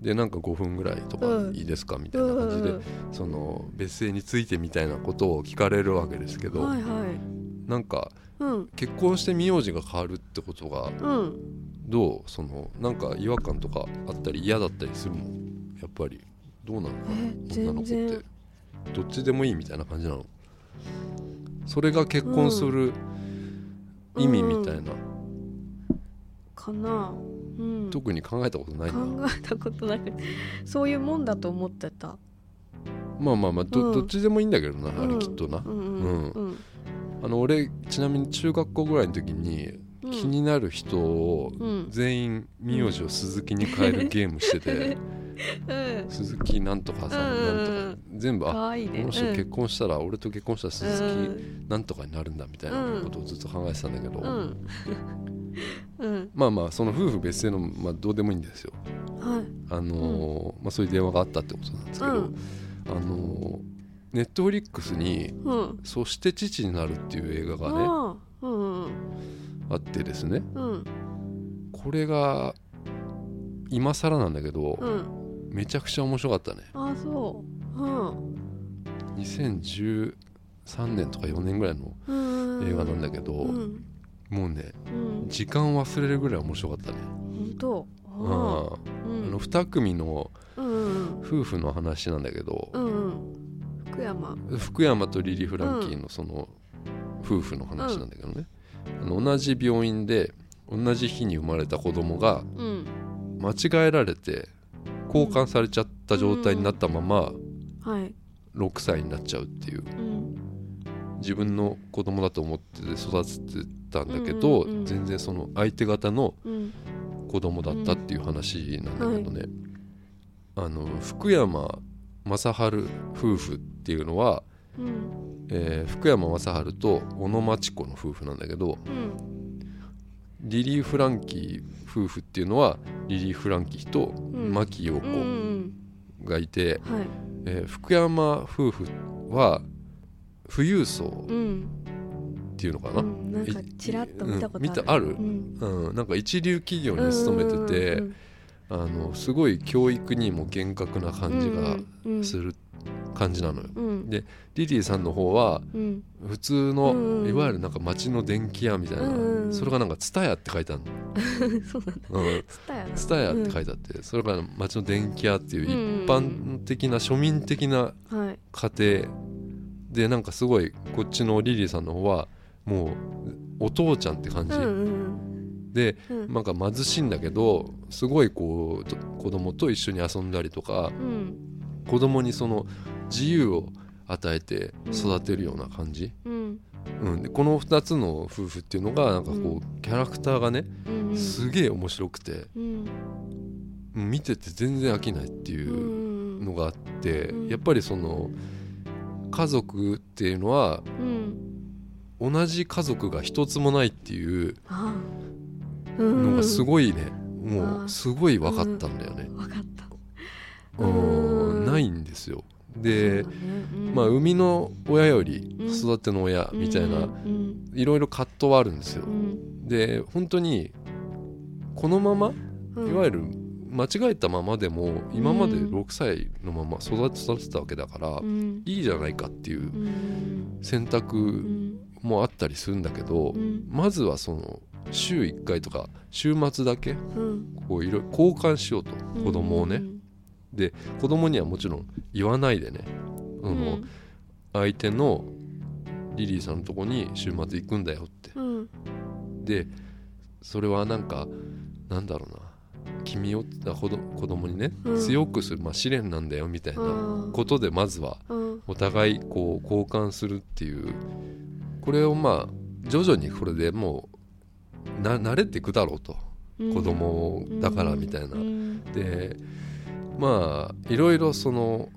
Speaker 1: でなんか5分ぐらいと
Speaker 2: う
Speaker 1: か
Speaker 2: ん
Speaker 1: いいですかみた
Speaker 2: う
Speaker 1: い
Speaker 2: ん
Speaker 1: な
Speaker 2: う
Speaker 1: 感じで
Speaker 2: ん
Speaker 1: その別姓についてみたいなことを聞かれるわけですけ
Speaker 2: うん
Speaker 1: ど
Speaker 2: はいはい
Speaker 1: なんか
Speaker 2: うん
Speaker 1: 結婚して名字が変わるってことが
Speaker 2: うん
Speaker 1: どうそのなんか違和感とかあったり嫌だったりするもんやっぱりどうなのか
Speaker 2: え
Speaker 1: な女の
Speaker 2: 全
Speaker 1: 子って
Speaker 2: 然
Speaker 1: どっちでもいいみたいな感じなのそれが結婚する意味みたいな
Speaker 2: かなうん考
Speaker 1: 特に考えたことないな
Speaker 2: えたことなくてそういうもんだと思ってた
Speaker 1: まあまあまあど,、
Speaker 2: うん
Speaker 1: どっちでもいいんだけどなあれ
Speaker 2: うん
Speaker 1: きっとな、
Speaker 2: うんうんうん
Speaker 1: あの俺ちなみに中学校ぐらいの時に
Speaker 2: うん
Speaker 1: 気になる人を
Speaker 2: うん
Speaker 1: 全員名字を鈴木に変えるゲームしてて
Speaker 2: うん
Speaker 1: *laughs* 鈴木なんとかさん
Speaker 2: うんうんうん
Speaker 1: なんとか全部あ
Speaker 2: 可愛い
Speaker 1: こ
Speaker 2: ね
Speaker 1: の人
Speaker 2: うん
Speaker 1: 結婚したら俺と結婚したら鈴
Speaker 2: 木
Speaker 1: 木なんとかになるんだみたいなことをずっと考えてたんだけど、
Speaker 2: うんうん
Speaker 1: まあまあその夫婦別姓の、まあ、どうでもいいんですよ
Speaker 2: はい
Speaker 1: あのーまあ、そういう電話があったってことなんですけど、
Speaker 2: うん
Speaker 1: あのネットフリックスに
Speaker 2: うん
Speaker 1: 「そして父になる」っていう映画がね
Speaker 2: ああうん
Speaker 1: あってですね
Speaker 2: うん
Speaker 1: これが今更なんだけど、
Speaker 2: うん
Speaker 1: めちゃくちゃ面白かったね
Speaker 2: ああそううん
Speaker 1: 2013年とか4年ぐらいの
Speaker 2: うん
Speaker 1: 映画なんだけど、
Speaker 2: うん
Speaker 1: もうね
Speaker 2: うん
Speaker 1: 時間忘れるぐらい面白かったね
Speaker 2: 本当あ
Speaker 1: う
Speaker 2: あ
Speaker 1: ん
Speaker 2: あう
Speaker 1: あ
Speaker 2: ん
Speaker 1: の2組の
Speaker 2: うんうん
Speaker 1: 夫婦の話なんだけど、
Speaker 2: うんうん福山
Speaker 1: 福山とリリー・フランキーのその夫婦の話なんだけどね、あの同じ病院で同じ日に生まれた子供が
Speaker 2: うん
Speaker 1: 間違えられて交換されちゃった状態になったまま
Speaker 2: はい
Speaker 1: 6歳になっちゃうっていう
Speaker 2: うん
Speaker 1: 自分の子供だと思ってて育ててたんだけど、
Speaker 2: うんうんうん
Speaker 1: 全然その相手方の
Speaker 2: うん
Speaker 1: 子供だったっていう話なんだけどね、あの福山雅治夫婦っていうのは、
Speaker 2: うん
Speaker 1: えー福山雅治と小野真知子の夫婦なんだけど
Speaker 2: うん
Speaker 1: リリー・フランキー夫婦っていうのはリリー・フランキーと
Speaker 2: ん
Speaker 1: 牧陽
Speaker 2: うんうん
Speaker 1: 子がいて、
Speaker 2: うんはい
Speaker 1: えー福山夫婦は富裕層
Speaker 2: うん
Speaker 1: っていうのか
Speaker 2: う
Speaker 1: な、
Speaker 2: んなんかちらっと見たことある
Speaker 1: うん見たある
Speaker 2: うん
Speaker 1: うんなんか一流企業に勤めてて、
Speaker 2: うん
Speaker 1: あのすごい教育にも厳格な感じが
Speaker 2: うん
Speaker 1: する感じなのよ。
Speaker 2: うん
Speaker 1: でリリーさんの方は
Speaker 2: うん
Speaker 1: 普通
Speaker 2: うんう
Speaker 1: の
Speaker 2: ん
Speaker 1: いわゆるなんか町の電気屋みたいな、
Speaker 2: うんうん
Speaker 1: それがなんか「蔦屋」って書いてある
Speaker 2: うん *laughs* そうなんだ
Speaker 1: の。うん
Speaker 2: ツタヤな
Speaker 1: ツタヤって書いてあって、それが町の電気屋っていう一般的な庶民的な
Speaker 2: はい
Speaker 1: 家庭でなんかすごいこっちのリリーさんの方はもうお父ちゃんって感
Speaker 2: う
Speaker 1: じ、
Speaker 2: んうん
Speaker 1: で
Speaker 2: うん
Speaker 1: なんか貧しいんだけどすごいこうと子供と一緒に遊んだりとか
Speaker 2: うん
Speaker 1: 子供にその自由を与えて育てるような感じ、
Speaker 2: うん
Speaker 1: うん、でこの2つの夫婦っていうのがなんかこう、
Speaker 2: う
Speaker 1: キャラクターがね
Speaker 2: うんうん
Speaker 1: すげえ面白くて
Speaker 2: うん
Speaker 1: 見てて全然飽きないって
Speaker 2: うんう
Speaker 1: いうんのがあって、
Speaker 2: うん
Speaker 1: やっぱりその家族っていうのは
Speaker 2: うん
Speaker 1: 同じ家族が一つもないっていう
Speaker 2: ああうん
Speaker 1: のがすごいね、
Speaker 2: あ
Speaker 1: もう
Speaker 2: ー
Speaker 1: すごい分かったんだよね。
Speaker 2: わかった
Speaker 1: うん
Speaker 2: うん
Speaker 1: ないんですよで、
Speaker 2: そうだねうん
Speaker 1: まあ、生みの親より
Speaker 2: うん
Speaker 1: 育ての親みたいな、
Speaker 2: うん
Speaker 1: いろいろ葛藤はあるんですよ
Speaker 2: う。ん
Speaker 1: で本当にこのまま
Speaker 2: うん
Speaker 1: いわゆる間違えたままでも今まで
Speaker 2: うん
Speaker 1: 6歳のまま育て育てたわけだから
Speaker 2: うん
Speaker 1: いいじゃないかっていう
Speaker 2: うん
Speaker 1: 選
Speaker 2: う
Speaker 1: 択
Speaker 2: ん
Speaker 1: もあったりするんだけど
Speaker 2: うん
Speaker 1: まずはその週1回とか週末だけ
Speaker 2: うん
Speaker 1: こういろいろ交換しようと子供を
Speaker 2: う
Speaker 1: ね
Speaker 2: ん
Speaker 1: 子供にはもちろん言わないでねその相手のリリーさんのとこに週末行くんだよって
Speaker 2: うん
Speaker 1: でそれはなんかなんだろうな君をあ子ど子供にね、
Speaker 2: うん
Speaker 1: 強くする、まあ、試練なんだよみたいな
Speaker 2: ああ
Speaker 1: ことでまずは
Speaker 2: うん
Speaker 1: お互いこう交換するっていうこれをまあ徐々にこれでもうな慣れていくだろうと
Speaker 2: うん
Speaker 1: 子供だからみたいな。
Speaker 2: うん
Speaker 1: でまあいろいろその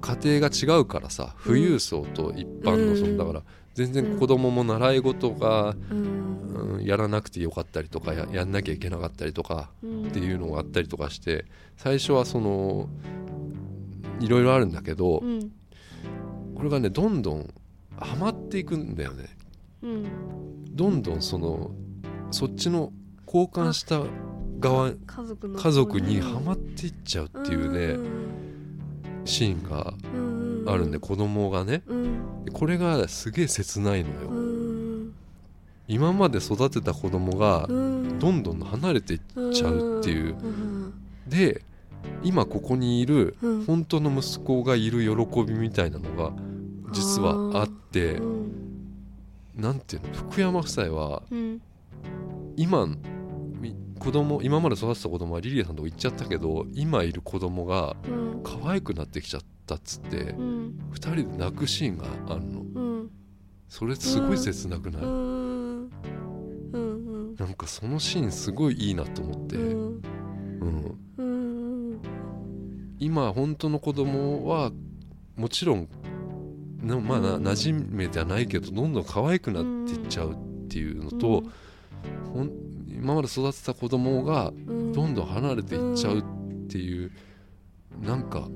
Speaker 1: 家庭が違うからさ富裕層と一般のその、
Speaker 2: うん
Speaker 1: だから全然子供も習い事が
Speaker 2: う
Speaker 1: う
Speaker 2: ん
Speaker 1: ん、やらなくてよかったりとかややんなきゃいけなかったりとか
Speaker 2: うん
Speaker 1: っていうのがあったりとかして最初はそのいろいろあるんだけど
Speaker 2: うん
Speaker 1: これがねどんどんハマっていくんだよね
Speaker 2: うん
Speaker 1: どんどんそのそっちの交換した側
Speaker 2: 家族の
Speaker 1: 家族にハマっていっちゃうっていうね
Speaker 2: ね
Speaker 1: シーンがあるんで子供がね
Speaker 2: うん
Speaker 1: これがすげえ切ないの
Speaker 2: う
Speaker 1: よ
Speaker 2: ん
Speaker 1: 今まで育てた子供が
Speaker 2: うん
Speaker 1: どんどん離れていっちゃうっていう
Speaker 2: うん
Speaker 1: で今ここにいる
Speaker 2: うん
Speaker 1: 本当の息子がいる喜びみたいなのが実はあって
Speaker 2: うん
Speaker 1: なんていうの福山夫妻は
Speaker 2: うん
Speaker 1: 今み子供今まで育てた子供はリリアさんとこ行っちゃったけど今いる子供が
Speaker 2: うん
Speaker 1: 可愛くなってきちゃったっつって
Speaker 2: うん
Speaker 1: 2人で泣くシーンがあるの
Speaker 2: うん
Speaker 1: それすごい切なくない、
Speaker 2: うんうん
Speaker 1: なんかそのシーンすごいいいなと思って、うん
Speaker 2: うんうん
Speaker 1: 今本当の子供はもちろんなまあな
Speaker 2: うん
Speaker 1: 馴染めてはないけどどんどん可愛くなっていっちゃうっていうのと、ほん今まで育てた子供が
Speaker 2: うん
Speaker 1: どんどん離れていっちゃうっていう、なんか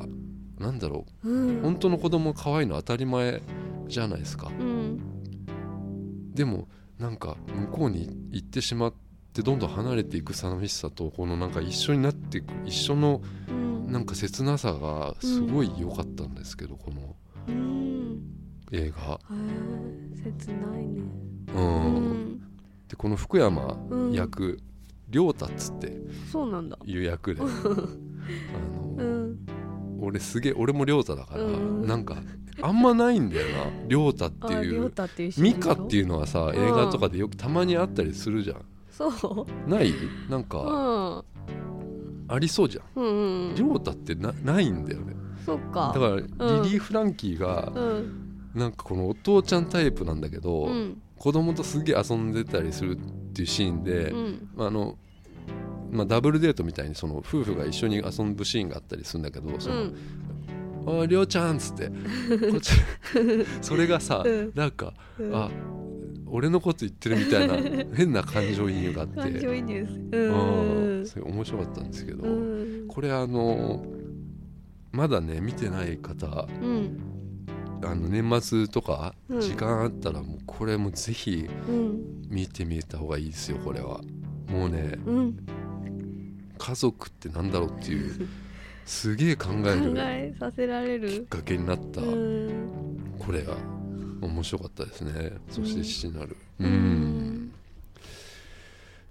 Speaker 1: なんだろ
Speaker 2: うん
Speaker 1: う本当の子供可愛いの当たり前じゃないですか
Speaker 2: うん
Speaker 1: でもなんか向こうに行ってしまってどんどん離れていく寂しさとこのなんか一緒になっていく一緒の
Speaker 2: うん
Speaker 1: なんか切なさがすごい良かったんですけど、この
Speaker 2: うん
Speaker 1: 映画。
Speaker 2: へえ切ないね
Speaker 1: う
Speaker 2: うんん
Speaker 1: でこの福山
Speaker 2: うん
Speaker 1: 役亮太っつって
Speaker 2: そうなんだ
Speaker 1: いう役であの、
Speaker 2: うん
Speaker 1: 俺すげえ俺も亮太だから、
Speaker 2: うん
Speaker 1: なんかあんまないんだよな亮太って
Speaker 2: あり
Speaker 1: い
Speaker 2: ょう
Speaker 1: う
Speaker 2: たっていう人い
Speaker 1: ミ
Speaker 2: る
Speaker 1: カって
Speaker 2: う
Speaker 1: いうのはさ映画とかでよくたまにあったりするじゃん
Speaker 2: そう
Speaker 1: ないなん
Speaker 2: う
Speaker 1: か
Speaker 2: ん
Speaker 1: ありそうじゃん
Speaker 2: うんうん
Speaker 1: 亮太ってなないんだよね
Speaker 2: そう
Speaker 1: だ
Speaker 2: か
Speaker 1: からリリー・フランキーが
Speaker 2: うん
Speaker 1: なんかこのお父ちゃんタイプなんだけど、
Speaker 2: うん
Speaker 1: 子供とすげえ遊んでたりするっていうシーンで、
Speaker 2: うん
Speaker 1: まああのまあ、ダブルデートみたいにその夫婦が一緒に遊ぶシーンがあったりするんだけどその、
Speaker 2: うん
Speaker 1: おいりょうちゃん」っつ
Speaker 2: *laughs*
Speaker 1: ってこっちそれがさ、
Speaker 2: うん
Speaker 1: なんか、
Speaker 2: うん
Speaker 1: あ俺のこと言ってるみたい
Speaker 2: *laughs*
Speaker 1: な変な感情移入があって
Speaker 2: 感情移入ですう
Speaker 1: うん
Speaker 2: ん
Speaker 1: それ面白かったんですけど、
Speaker 2: うん
Speaker 1: これあのまだね見てない方
Speaker 2: うん
Speaker 1: あの年末とか
Speaker 2: うん
Speaker 1: 時間あったらもうこれもぜひ
Speaker 2: うん
Speaker 1: 見てみた方がいいですよこれはもうね
Speaker 2: うん
Speaker 1: 家族ってなんだろうっていう
Speaker 2: *laughs*
Speaker 1: すげえ考
Speaker 2: 考
Speaker 1: えるき
Speaker 2: えさせられ
Speaker 1: っ
Speaker 2: る
Speaker 1: かけになった、
Speaker 2: うん
Speaker 1: これが面白かったですねそして父なるう
Speaker 2: うんん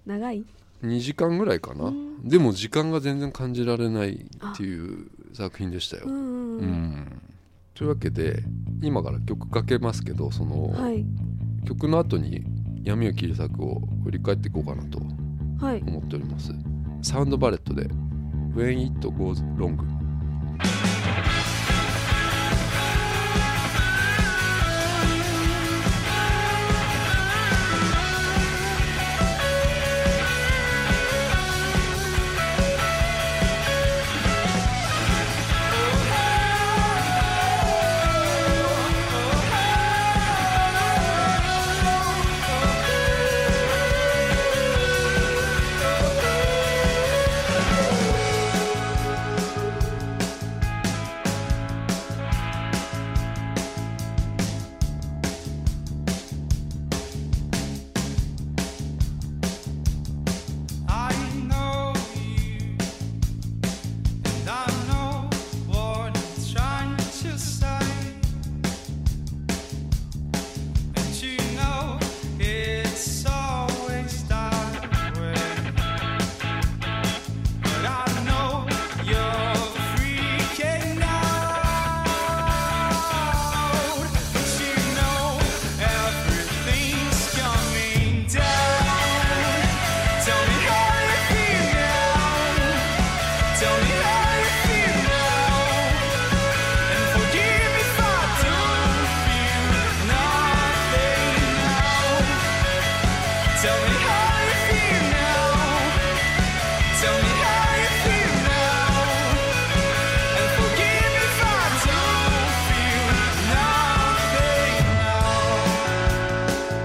Speaker 2: 長い
Speaker 1: 2時間ぐらいかな、
Speaker 2: うん
Speaker 1: でも時間が全然感じられないっていう作品でしたよ、
Speaker 2: う
Speaker 1: うん
Speaker 2: ん
Speaker 1: というわけで今から曲かけますけどその、
Speaker 2: はい
Speaker 1: 曲の後に闇を切る作を振り返っていこうかなと
Speaker 2: はい
Speaker 1: 思っておりますサウンドバレットで「When It Goes Long」
Speaker 3: I know you, and I know what you're trying to say, and you know it's always that way. But I know you're freaking out, but you know everything's coming down. Tell me how you feel now. Tell me how you feel now. And forgive if I don't feel nothing now. Tell me how you feel now. Tell me how you feel now. And forgive if I don't feel nothing now.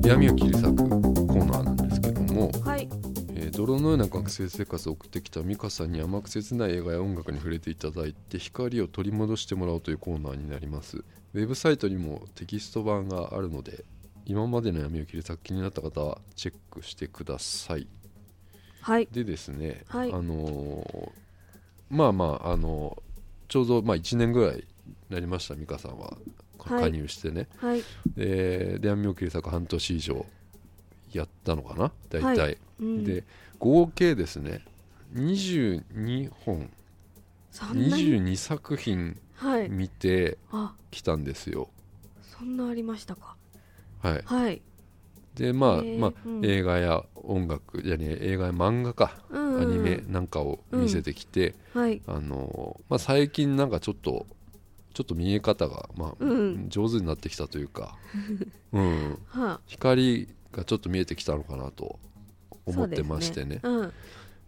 Speaker 1: 闇を切り裂くコーナーなんですけども、
Speaker 2: はい
Speaker 1: えー泥のような学生生活を送ってきた美香さんに甘く切ない映画や音楽に触れていただいて光を取り戻してもらおうというコーナーになりますウェブサイトにもテキスト版があるので今までの闇を切り裂く気になった方はチェックしてください
Speaker 2: はい
Speaker 1: でですね、
Speaker 2: はい
Speaker 1: あのーまあまああのーちょうどまあ1年ぐらいになりました美香さんは
Speaker 2: はい
Speaker 1: 加入してね、
Speaker 2: はい
Speaker 1: でで闇を切り裂く半年以上やったのかな大体、
Speaker 2: はうん
Speaker 1: で合計ですね22本
Speaker 2: そんな
Speaker 1: 22
Speaker 2: に
Speaker 1: 作品
Speaker 2: はい
Speaker 1: 見て
Speaker 2: あ
Speaker 1: きたんですよ。
Speaker 2: そんなありましたか
Speaker 1: はい、
Speaker 2: はい
Speaker 1: でまあ、
Speaker 2: へー
Speaker 1: まあ
Speaker 2: うん
Speaker 1: 映画や音楽じゃね映画や漫画か、
Speaker 2: うん
Speaker 1: アニメなんかを見せてきて、
Speaker 2: はい
Speaker 1: あのーまあ、最近なんかちょっとちょっと見え方が、まあ
Speaker 2: うん
Speaker 1: 上手になってきたという
Speaker 2: *laughs*
Speaker 1: か、うん、
Speaker 2: は
Speaker 1: 光がちょっと見えてきたのかなと
Speaker 2: あ
Speaker 1: 思ってましてね。
Speaker 2: そうです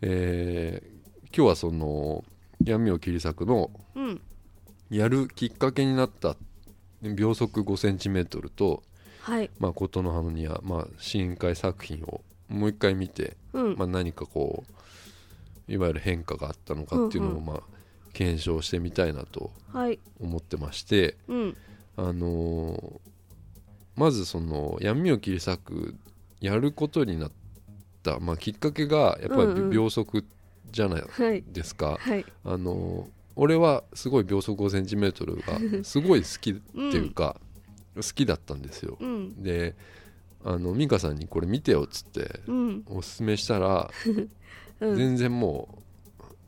Speaker 1: えー今日はその闇を切り裂くの
Speaker 2: うんうん
Speaker 1: やるきっかけになった秒速5センチメートルと
Speaker 2: はい
Speaker 1: 「まあ、琴の葉の庭」まあ、深海作品をもう一回見て、
Speaker 2: うん
Speaker 1: まあ、何かこういわゆる変化があったのかっていうのを
Speaker 2: うん
Speaker 1: まあ検証してみたいなと
Speaker 2: はい
Speaker 1: 思ってまして、
Speaker 2: うん
Speaker 1: あのーまずその闇を切り裂くやることになった、まあ、きっかけがやっぱ
Speaker 2: うんう
Speaker 1: り
Speaker 2: ん
Speaker 1: 秒速じゃない
Speaker 2: はい
Speaker 1: ですか
Speaker 2: はい
Speaker 1: あの俺はすごい秒速 5cm がすごい好きっていうか、好きだったんですよ
Speaker 2: うん
Speaker 1: であのミカさんにこれ見てよっつって
Speaker 2: うん
Speaker 1: おすすめしたら
Speaker 2: うん
Speaker 1: 全然も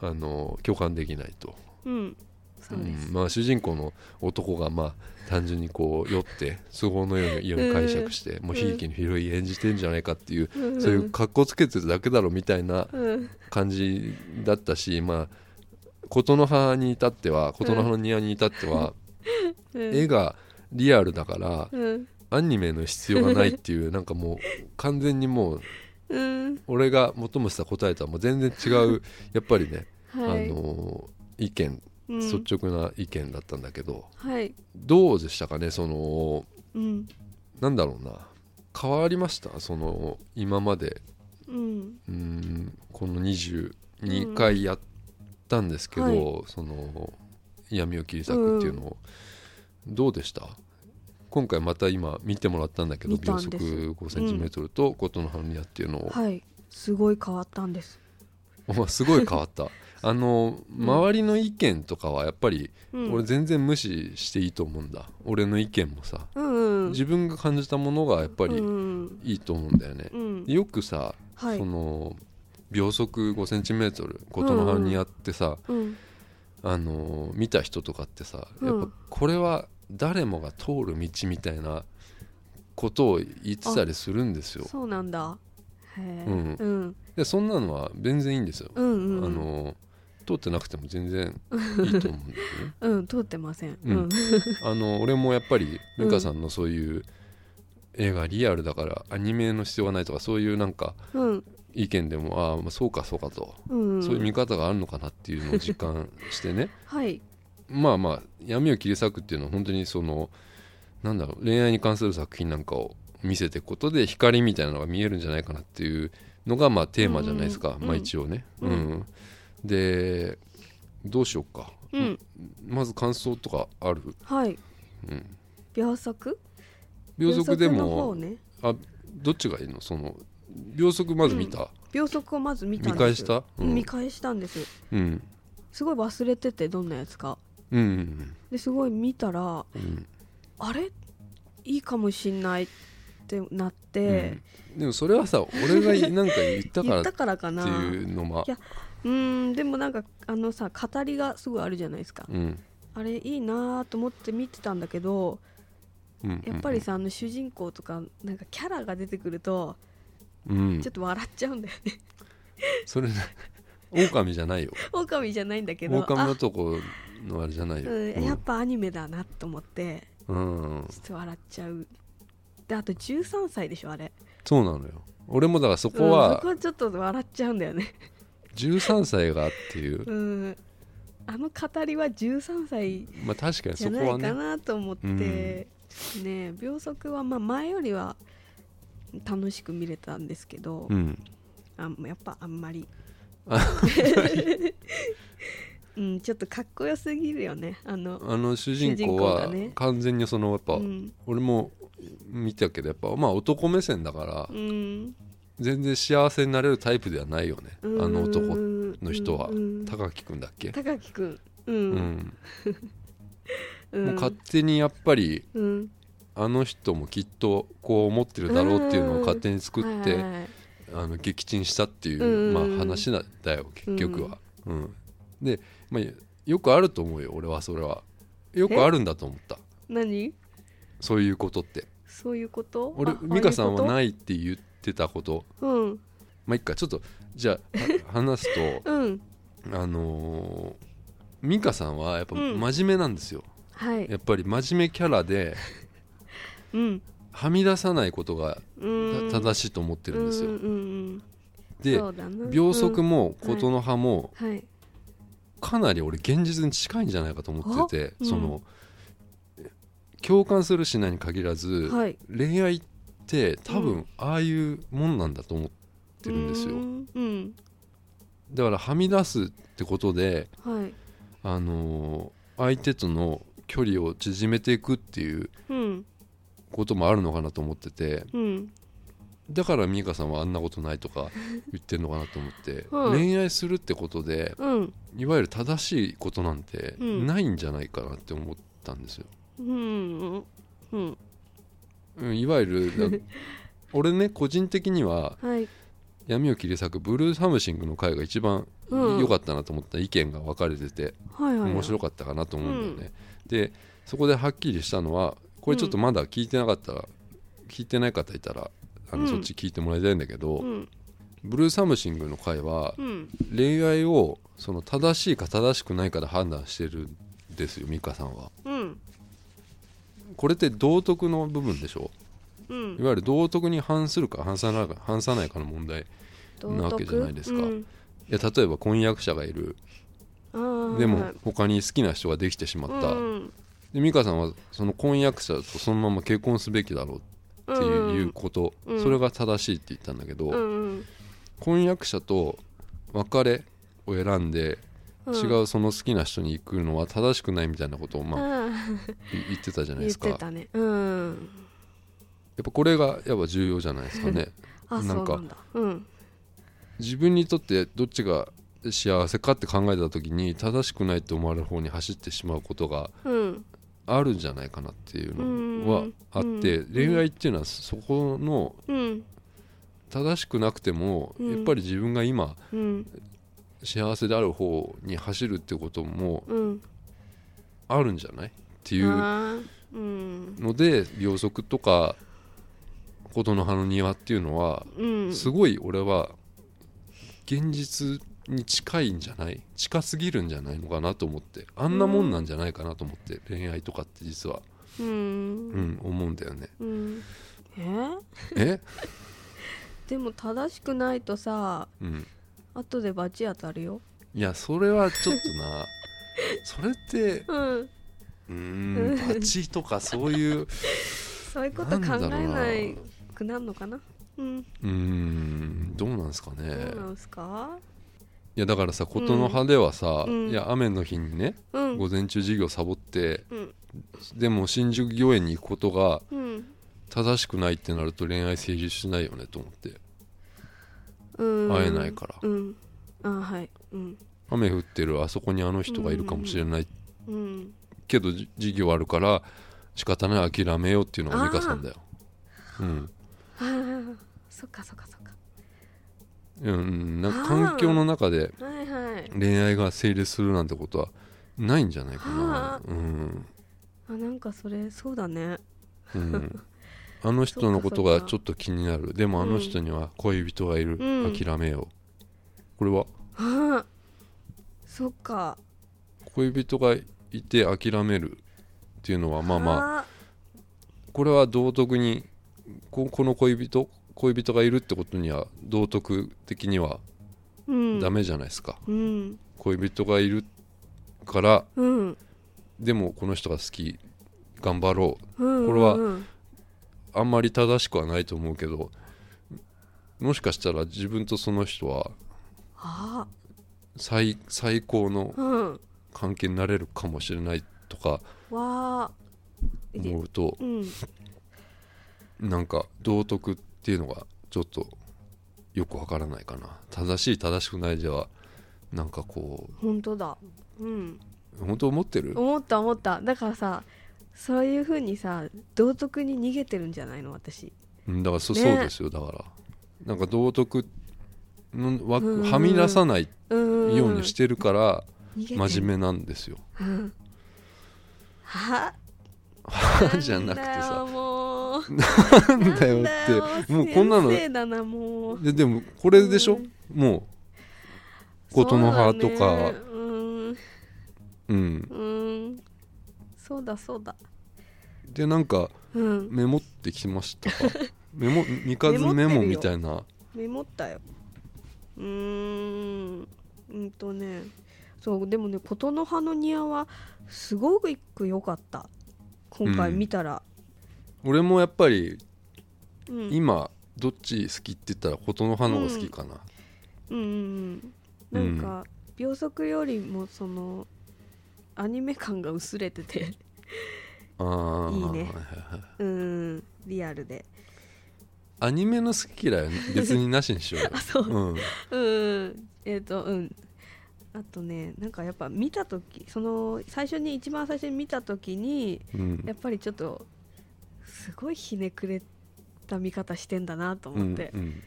Speaker 1: うあの共感できないと、
Speaker 2: うんそうで
Speaker 1: う
Speaker 2: す
Speaker 1: んまあ、主人公の男がまあ単純にこう酔って都合のようにように解釈してもうひいきの広い演じてんじゃないかっていう
Speaker 2: うん
Speaker 1: そういう格好つけてるだけだろみたいな
Speaker 2: うん
Speaker 1: 感じだったしまあ琴の葉に至っては琴の葉の庭に至っては、
Speaker 2: うん
Speaker 1: 絵がリアルだから
Speaker 2: うん
Speaker 1: アニメの必要がないっていうなんかもう完全にもう
Speaker 2: うん
Speaker 1: 俺が求めてた答えとはもう全然違うやっぱりね、
Speaker 2: *laughs* はい
Speaker 1: あのー意見
Speaker 2: うん
Speaker 1: 率直な意見だったんだけど、
Speaker 2: はい
Speaker 1: どうでしたかねその
Speaker 2: うん
Speaker 1: なんだろうな変わりましたその今まで
Speaker 2: うん
Speaker 1: うーんこの22回やったんですけど、
Speaker 2: うん
Speaker 1: その闇を切り裂くっていうのを、どうでした今回また今見てもらったんだけど
Speaker 2: 見た
Speaker 1: 秒
Speaker 2: んです
Speaker 1: 速 5cm と琴の葉の宮っていうのを、
Speaker 2: はいすごい変わったんです
Speaker 1: おすごい変わった
Speaker 2: *laughs*
Speaker 1: あの
Speaker 2: ん
Speaker 1: 周りの意見とかはやっぱり
Speaker 2: うん
Speaker 1: 俺全然無視していいと思うんだ俺の意見もさ
Speaker 2: うんうん
Speaker 1: 自分が感じたものがやっぱ
Speaker 2: う
Speaker 1: り
Speaker 2: ん
Speaker 1: いいと思うんだよね
Speaker 2: う、ん
Speaker 1: よくさ
Speaker 2: はい
Speaker 1: その秒速 5cm 琴の葉にやってさ、
Speaker 2: うん
Speaker 1: あのー見た人とかってさや
Speaker 2: う
Speaker 1: っぱ
Speaker 2: ん
Speaker 1: これは誰もが通る道みたいなことを言ってたりするんですよ
Speaker 2: そうなんだへえ
Speaker 1: う
Speaker 2: うんんうん
Speaker 1: でそんなのは全然いいんですよ、
Speaker 2: うん
Speaker 1: あのー通ってなくても全然いいと思うんだよ
Speaker 2: *laughs*
Speaker 1: ね
Speaker 2: うん通ってません
Speaker 1: う
Speaker 2: うんん
Speaker 1: あの俺もやっぱりルカさんのそういう映画リアルだからアニメの必要がないとかそういうなんか
Speaker 2: うん
Speaker 1: 意見でもああまあそうかそうかと、
Speaker 2: うん
Speaker 1: そういう見方があるのかなっていうのを実感してね *laughs*
Speaker 2: はい
Speaker 1: まあまあ闇を切り裂くっていうのは本当にそのなんだろう恋愛に関する作品なんかを見せていくことで光みたいなのが見えるんじゃないかなっていうのがまあテーマじゃないですか、
Speaker 2: うん
Speaker 1: まあ一応ね、う
Speaker 2: うんん
Speaker 1: でどうしようか、
Speaker 2: うん
Speaker 1: まず感想とかある、
Speaker 2: はい
Speaker 1: うん、
Speaker 2: 秒速
Speaker 1: 秒速で
Speaker 2: 秒の方
Speaker 1: も、
Speaker 2: ね
Speaker 1: あどっちがいいのその秒速まず見た、
Speaker 2: 秒速をまず見たんです
Speaker 1: 見返したうん
Speaker 2: 見返したんです
Speaker 1: うん、
Speaker 2: すごい忘れててどんなやつか
Speaker 1: うんうん
Speaker 2: ですごい見たら
Speaker 1: うん
Speaker 2: あれいいかもしんないってなって、
Speaker 1: うんでもそれはさ俺がいなんか言ったか
Speaker 2: 言
Speaker 1: らっ
Speaker 2: った
Speaker 1: て
Speaker 2: からかな
Speaker 1: いううのも
Speaker 2: いやーんでもなんかあのさ語りがすごいあるじゃないですか、
Speaker 1: うん
Speaker 2: あれいいなーと思って見てたんだけど
Speaker 1: うんうんうん
Speaker 2: やっぱりさ、あの主人公とかなんかキャラが出てくると
Speaker 1: うん
Speaker 2: ちょっと笑っちゃうんだよね、 *laughs*
Speaker 1: それね狼じゃないよ
Speaker 2: 狼じゃないんだけど
Speaker 1: 狼
Speaker 2: あ、
Speaker 1: 男のあれじゃないよ、
Speaker 2: うん、やっぱアニメだなと思って
Speaker 1: うんうん
Speaker 2: ちょっと笑っちゃうであと13歳でしょあれ
Speaker 1: そうなのよ俺もだからそ
Speaker 2: うん
Speaker 1: こ
Speaker 2: そ
Speaker 1: は
Speaker 2: こはちょっと笑っちゃうんだよね
Speaker 1: 13歳がっていう、
Speaker 2: うんあの語りは13歳
Speaker 1: まあ確かに
Speaker 2: じゃ
Speaker 1: そ
Speaker 2: な
Speaker 1: こはいね
Speaker 2: かなと思って、
Speaker 1: うん
Speaker 2: ね秒速はまあ前よりは楽しく見れたんですけど、
Speaker 1: うん
Speaker 2: あやっぱあんまり
Speaker 1: あ
Speaker 2: *laughs* うんちょっとかっこよすぎるよねあの
Speaker 1: あの主人公
Speaker 2: 主人公が
Speaker 1: は
Speaker 2: ね
Speaker 1: 完全にそのやっぱ、
Speaker 2: うん、
Speaker 1: 俺も見たけどやっぱまあ男目線だから
Speaker 2: うん、
Speaker 1: 全然幸せになれるタイプではないよね、あの男の
Speaker 2: の
Speaker 1: 人は、
Speaker 2: うん、
Speaker 1: 高木くんだっけ、
Speaker 2: 高木くんうん、
Speaker 1: うん
Speaker 2: うん
Speaker 1: もう勝手にやっぱり
Speaker 2: うん
Speaker 1: あの人もきっとこう思ってるだろうっていうのを勝手に作っ
Speaker 2: は
Speaker 1: て
Speaker 2: いはいはい
Speaker 1: あの撃沈したっていう、
Speaker 2: うん
Speaker 1: まあ、話なんだよ結局は。うんで、まあ、よくあると思うよ俺はそれは。よくあるんだと思った
Speaker 2: 何
Speaker 1: そういうことって。
Speaker 2: そういうこと
Speaker 1: 俺
Speaker 2: あ
Speaker 1: 美香さんは
Speaker 2: ああ
Speaker 1: な
Speaker 2: いう
Speaker 1: いって言ってたこと
Speaker 2: ことうん
Speaker 1: まあいっかちょっとじゃ
Speaker 2: *laughs*
Speaker 1: あは話すと
Speaker 2: うん
Speaker 1: あのー美香さんはやっぱ
Speaker 2: うん
Speaker 1: 真面目なんですよ、
Speaker 2: はい
Speaker 1: やっぱり真面目キャラで
Speaker 2: うん
Speaker 1: はみ出さないことが
Speaker 2: うん
Speaker 1: た正しいと思ってるんですよ、
Speaker 2: うんうんうん
Speaker 1: で
Speaker 2: そうだな
Speaker 1: 秒速
Speaker 2: うん
Speaker 1: も琴の葉も、
Speaker 2: はい
Speaker 1: かなり俺現実に近いんじゃないかと思ってて、
Speaker 2: あうん
Speaker 1: その共感するしないに限らず、
Speaker 2: はい
Speaker 1: 恋愛って多
Speaker 2: う
Speaker 1: 分
Speaker 2: ん
Speaker 1: ああいうもんなんだと思ってるんですよ、
Speaker 2: うんうん
Speaker 1: だからはみ出すってことで、
Speaker 2: はい
Speaker 1: あのー相手との距離を縮めていくっていう
Speaker 2: うん
Speaker 1: こともあるのかなと思ってて
Speaker 2: うん
Speaker 1: だから美香さんはあんなことないとか言ってるのかなと思って、
Speaker 2: *laughs* うん
Speaker 1: 恋愛するってことで
Speaker 2: うん
Speaker 1: いわゆる正しいことなんて
Speaker 2: うん
Speaker 1: ないんじゃないかなって思ったんですよ、
Speaker 2: うんうん
Speaker 1: うん、いわゆる
Speaker 2: *laughs*
Speaker 1: だ俺ね個人的には
Speaker 2: はい
Speaker 1: 闇を切り裂くブルーハムシングの回が一番
Speaker 2: うん
Speaker 1: 良かったなと思った意見が分かれてて
Speaker 2: はいはい
Speaker 1: 面白
Speaker 2: く
Speaker 1: かったかなと思うんだよね、でそこではっきりしたのはこれちょっとまだ聞いてなかったら、聞いてない方いたらあの、
Speaker 2: うん
Speaker 1: そっち聞いてもらいたいんだけど、
Speaker 2: うん
Speaker 1: ブルーサムシングの回は
Speaker 2: うん
Speaker 1: 恋愛をその正しいか正しくないかで判断してるんですよ美香さんは
Speaker 2: うん
Speaker 1: これって道徳の部分でしょ
Speaker 2: うん
Speaker 1: いわゆる道徳に反するか反さないか反さないかの問題いなわけじゃないですか
Speaker 2: 道徳
Speaker 1: や例えば婚約者がいる
Speaker 2: うんあー
Speaker 1: で
Speaker 2: は
Speaker 1: も
Speaker 2: い
Speaker 1: 他に好きな人ができてしまった、
Speaker 2: うん
Speaker 1: で美香さんはその婚約者とそのまま結婚すべきだろうっていう,、
Speaker 2: うん
Speaker 1: いうこと、
Speaker 2: うん
Speaker 1: それが正しいって言ったんだけど、
Speaker 2: うん
Speaker 1: 婚約者と別れを選んで
Speaker 2: うん
Speaker 1: 違うその好きな人に行くのは正しくないみたいなことを
Speaker 2: うん
Speaker 1: まあ
Speaker 2: あー
Speaker 1: い言ってたじゃない
Speaker 2: 言
Speaker 1: で
Speaker 2: っ
Speaker 1: すか
Speaker 2: て
Speaker 1: やった
Speaker 2: ねうん
Speaker 1: ぱこれがやっぱ重要じゃないですかね
Speaker 2: あ
Speaker 1: な
Speaker 2: そ
Speaker 1: ん
Speaker 2: う
Speaker 1: か
Speaker 2: なんだうん
Speaker 1: 自分にとってどっちが幸せかって考えた時に正しくないと思われる方に走ってしまうことが
Speaker 2: うん
Speaker 1: あるんじゃないかなっていうのはあって
Speaker 2: うん
Speaker 1: 恋愛っていうのはそこの
Speaker 2: うん
Speaker 1: 正しくなくても
Speaker 2: うん
Speaker 1: やっぱり自分が今
Speaker 2: うん
Speaker 1: 幸せである方に走るってことも
Speaker 2: うん
Speaker 1: あるんじゃないっていう
Speaker 2: あーうん
Speaker 1: ので秒速とかことの葉の庭っていうのは
Speaker 2: うん
Speaker 1: すごい俺は現実に近いんじゃない近すぎるんじゃないのかなと思ってあんなもんなんじゃないかなと思って恋愛とかって実は
Speaker 2: う
Speaker 1: うんん思うんだよね
Speaker 2: うんえー
Speaker 1: え
Speaker 2: でも正しくないとさ
Speaker 1: うん
Speaker 2: 後で罰当たるよ
Speaker 1: いやそれはちょっとな *laughs* それって
Speaker 2: うん
Speaker 1: うーんバチとかそういう
Speaker 2: そういうこと考えないくなるのかなうん
Speaker 1: うーんどうなんすか
Speaker 2: ど
Speaker 1: ね
Speaker 2: うなんすか
Speaker 1: いやだからさ琴の葉ではさ、
Speaker 2: うん
Speaker 1: いや雨の日にね
Speaker 2: うん
Speaker 1: 午前中授業サボって
Speaker 2: うん
Speaker 1: でも新宿御苑に行くことが
Speaker 2: うん
Speaker 1: 正しくないってなると恋愛成立しないよねと思って
Speaker 2: うん
Speaker 1: 会えないから
Speaker 2: うんあはいうん
Speaker 1: 雨降ってるあそこにあの人がいるかもしれない
Speaker 2: うん
Speaker 1: けどじ授業あるから仕方ない諦めようっていうのが美香さんだようん
Speaker 2: あー *laughs* そっかそっかそっか
Speaker 1: うんなんか環境の中で
Speaker 2: はいはい
Speaker 1: 恋愛が成立するなんてことはないんじゃないかな
Speaker 2: あ
Speaker 1: うん
Speaker 2: あなんかそれそうだね *laughs*
Speaker 1: うん、あの人のことがちょっと気になるでもあの人には恋人がいる、
Speaker 2: うん
Speaker 1: 諦めようこれは
Speaker 2: あーそっか
Speaker 1: 恋人がいて諦めるっていうのはまあまあ
Speaker 2: あ
Speaker 1: これは道徳にここの恋人恋人がいるってことには道徳的には
Speaker 2: ーうん
Speaker 1: ダメじゃないですか、
Speaker 2: うん
Speaker 1: 恋人がいるから
Speaker 2: うん
Speaker 1: でもこの人が好き頑張ろう
Speaker 2: うん
Speaker 1: これは
Speaker 2: うん
Speaker 1: あんまり正しくはないと思うけどもしかしたら自分とその人は
Speaker 2: あ
Speaker 1: 最最高の
Speaker 2: ーうん
Speaker 1: 関係になれるかもしれないとか
Speaker 2: わーで
Speaker 1: 思うと
Speaker 2: うん
Speaker 1: なんか道徳っていうのがちょっとよくわからないかな正しい正しくないではなんかこ
Speaker 2: 本当だうん
Speaker 1: う本当思ってる
Speaker 2: 思った思っただからさそういうふうにさ道徳に逃げてるんじゃないの私
Speaker 1: うんだからそ,、
Speaker 2: ね
Speaker 1: そうですよだからなんか道徳の枠
Speaker 2: うん
Speaker 1: はみ出さないう
Speaker 2: ーん
Speaker 1: ようにしてるから
Speaker 2: 逃げて
Speaker 1: 真面目なんですよ、
Speaker 2: *laughs* 目うんは
Speaker 1: *laughs* じゃなくて
Speaker 2: なんだよ
Speaker 1: さ
Speaker 2: もう
Speaker 1: なんだよってもうこんなの
Speaker 2: 先生だなもう
Speaker 1: ででもこれでしょ
Speaker 2: うん
Speaker 1: もう琴の葉と
Speaker 2: そうだ
Speaker 1: か
Speaker 2: ねうん
Speaker 1: うん
Speaker 2: うんそうだそうだ
Speaker 1: でなんか
Speaker 2: うん
Speaker 1: メモってきま
Speaker 2: *laughs*
Speaker 1: したかメモ三日月メ
Speaker 2: メモ
Speaker 1: モ
Speaker 2: ってるよ
Speaker 1: みたいな
Speaker 2: メモったようーんうんとねそうでもね琴の葉の庭はすごく良かった今回見たら、
Speaker 1: 俺もやっぱり
Speaker 2: うん、
Speaker 1: 今どっち好きって言ったら琴の葉の方が好きかな、
Speaker 2: うんうんうんなんか秒速よりもそのアニメ感が薄れてて
Speaker 1: ああ
Speaker 2: いいね
Speaker 1: はいはいはい
Speaker 2: うんリアルで
Speaker 1: アニメの好き嫌いは別になしにしようよ
Speaker 2: あそう *laughs*
Speaker 1: うん
Speaker 2: うんえっ、とうんあとねなんかやっぱ見た時その最初に一番最初に見た時に
Speaker 1: うん
Speaker 2: やっぱりちょっとすごいひねくれた見方してんだなと
Speaker 1: う
Speaker 2: 思っ
Speaker 1: ん
Speaker 2: て
Speaker 1: う、ん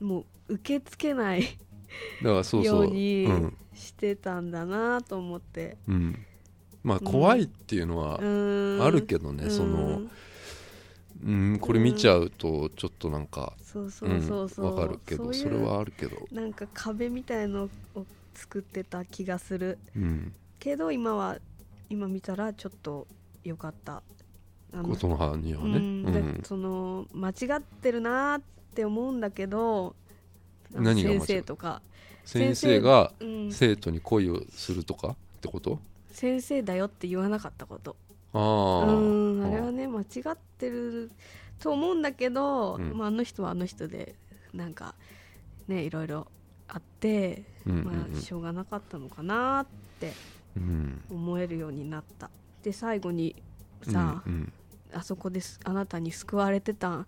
Speaker 2: もう受け付けない
Speaker 1: だからそう
Speaker 2: よ
Speaker 1: そうう
Speaker 2: に
Speaker 1: うん
Speaker 2: してたんだなと思って
Speaker 1: うんまあ
Speaker 2: ん
Speaker 1: 怖いっていうの
Speaker 2: う
Speaker 1: は
Speaker 2: ーん
Speaker 1: あるけどねそのうんこれ見ちゃうとちょっとなんか
Speaker 2: そうそううんそうそう
Speaker 1: わかるけど
Speaker 2: ういう
Speaker 1: それはあるけど
Speaker 2: なんか壁みたいのを作ってた気がする
Speaker 1: うん
Speaker 2: けど今は今見たらちょっと良かったあの
Speaker 1: ことの葉にはね
Speaker 2: うん
Speaker 1: う
Speaker 2: だ
Speaker 1: ん
Speaker 2: その間違ってるなーって思うんだけどあの
Speaker 1: 何が間違
Speaker 2: 先
Speaker 1: って
Speaker 2: 生とか、
Speaker 1: 先生が
Speaker 2: うん、
Speaker 1: 生徒に恋をするとかってこと
Speaker 2: 先生だよって言わなかったこと
Speaker 1: あ
Speaker 2: う
Speaker 1: あ
Speaker 2: んあれはね間違ってると思うんだけど、
Speaker 1: うん
Speaker 2: まあ、あの人はあの人でなんかねいろいろあって、
Speaker 1: うんうん
Speaker 2: まあ、しょうがなかったのかなって
Speaker 1: うん
Speaker 2: 思えるようになったで最後にさ、
Speaker 1: うん
Speaker 2: あそこですあなたに救われてたん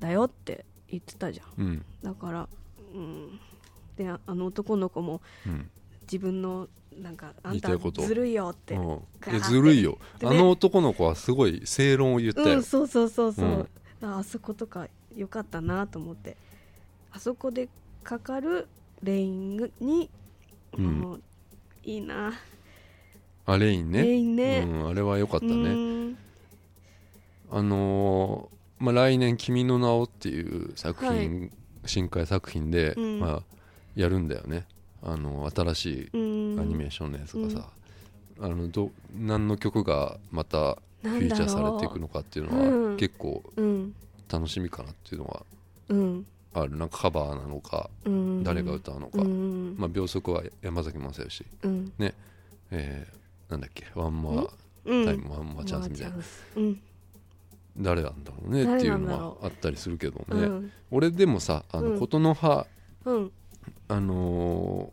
Speaker 2: だよって言ってたじゃん
Speaker 1: うん
Speaker 2: だからうんでああの男の子も
Speaker 1: うん
Speaker 2: 自分のなんかあ
Speaker 1: 言
Speaker 2: んた
Speaker 1: いたいこと
Speaker 2: ずるいよって
Speaker 1: うん
Speaker 2: ガー
Speaker 1: い
Speaker 2: ッ
Speaker 1: や
Speaker 2: て
Speaker 1: ずるいよ
Speaker 2: で
Speaker 1: あ
Speaker 2: ね
Speaker 1: の男の子はすごい正論を言った
Speaker 2: う
Speaker 1: よ
Speaker 2: ん、そうそうそうそう、
Speaker 1: うん
Speaker 2: ああそことか良かったなと思ってあそこでかかるレインに、
Speaker 1: うん
Speaker 2: あのいいな、
Speaker 1: あレイン
Speaker 2: レ
Speaker 1: ね
Speaker 2: インね、
Speaker 1: うんあれは良かった
Speaker 2: う
Speaker 1: ね
Speaker 2: ん
Speaker 1: あのーまあ来年「君の名を」っていう作品新海作品で
Speaker 2: うん
Speaker 1: まあやるんだよねあの新しい
Speaker 2: うん
Speaker 1: アニメーションのやつがさあのど何の曲がまたフィーチャーされていくのかっていう
Speaker 2: なんだろ
Speaker 1: の
Speaker 2: うう
Speaker 1: は
Speaker 2: ん
Speaker 1: 結構
Speaker 2: うん
Speaker 1: 楽しみかなっていうのは
Speaker 2: うん
Speaker 1: あるなんかカバーなのか
Speaker 2: うん
Speaker 1: 誰が歌うのか、
Speaker 2: うん、
Speaker 1: まあ、秒速は山崎まさよし、
Speaker 2: うん
Speaker 1: えーなんだっけワンマ
Speaker 2: うん
Speaker 1: ータイム、ワンマーチャンスみたいな
Speaker 2: ワンマーチャンスうん
Speaker 1: 誰なんだろうねっていう
Speaker 2: 誰なんだ
Speaker 1: の
Speaker 2: ろ
Speaker 1: はあったりするけどね、
Speaker 2: うん
Speaker 1: 俺でもさあ
Speaker 2: う
Speaker 1: の
Speaker 2: ん
Speaker 1: 琴の葉、
Speaker 2: うん
Speaker 1: あの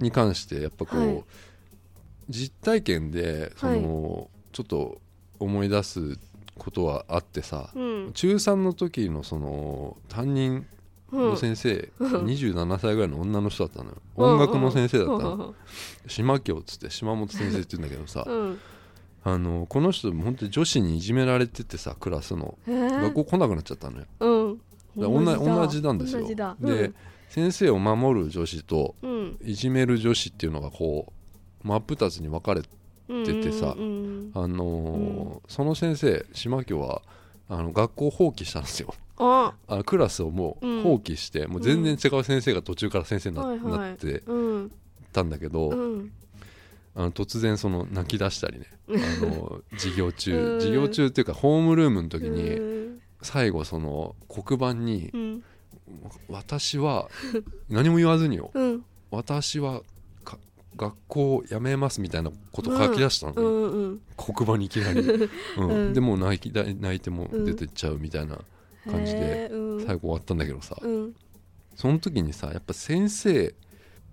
Speaker 1: ーに関してやっぱこう、
Speaker 2: はい
Speaker 1: 実体験でその、ちょっと思い出すことはあってさ、
Speaker 2: うん
Speaker 1: 中3の時のその担任の先生、
Speaker 2: うん
Speaker 1: 27歳ぐらいの女の人だったのよ、
Speaker 2: うん
Speaker 1: 音楽の先生だったの、
Speaker 2: うん
Speaker 1: 島京っつって島本先生って言うんだけどさ、
Speaker 2: うん
Speaker 1: あのこの人も本当に女子にいじめられててさクラスの、
Speaker 2: へー
Speaker 1: 学校来なくなっちゃったのよ
Speaker 2: うん
Speaker 1: だから同じ同じなんですよ
Speaker 2: 同じだ
Speaker 1: で、先生を守る女子と
Speaker 2: うん
Speaker 1: いじめる女子っていうのがこう真っ二つに分かれて、
Speaker 2: うん、
Speaker 1: 出てさ
Speaker 2: うんうん、
Speaker 1: あのーその先生島京はあの学校を放棄したんですよ
Speaker 2: あ
Speaker 1: あのクラスをも
Speaker 2: う
Speaker 1: うん放棄して、もう全然違う先生が途中から先生にな,、
Speaker 2: はいはい
Speaker 1: なって
Speaker 2: うん
Speaker 1: たんだけど、
Speaker 2: うん
Speaker 1: あの突然その泣き出したりねあ
Speaker 2: *laughs*
Speaker 1: の授業
Speaker 2: う
Speaker 1: 中
Speaker 2: ん
Speaker 1: 授業中っていうかホームルームの時
Speaker 2: う
Speaker 1: に
Speaker 2: ん
Speaker 1: 最後その黒板に
Speaker 2: うん
Speaker 1: 「私は何も言わずによ
Speaker 2: うん
Speaker 1: 私はか学校を辞めます」みたいなこと書き出したの、
Speaker 2: うんうん
Speaker 1: 黒板にいき
Speaker 2: *laughs*
Speaker 1: なり、うん
Speaker 2: うん
Speaker 1: でもう泣きだ泣いてもう出てっちゃうみたいな感じで
Speaker 2: へーうん
Speaker 1: 最後終わったんだけどさ、
Speaker 2: うん
Speaker 1: その時にさやっぱ先生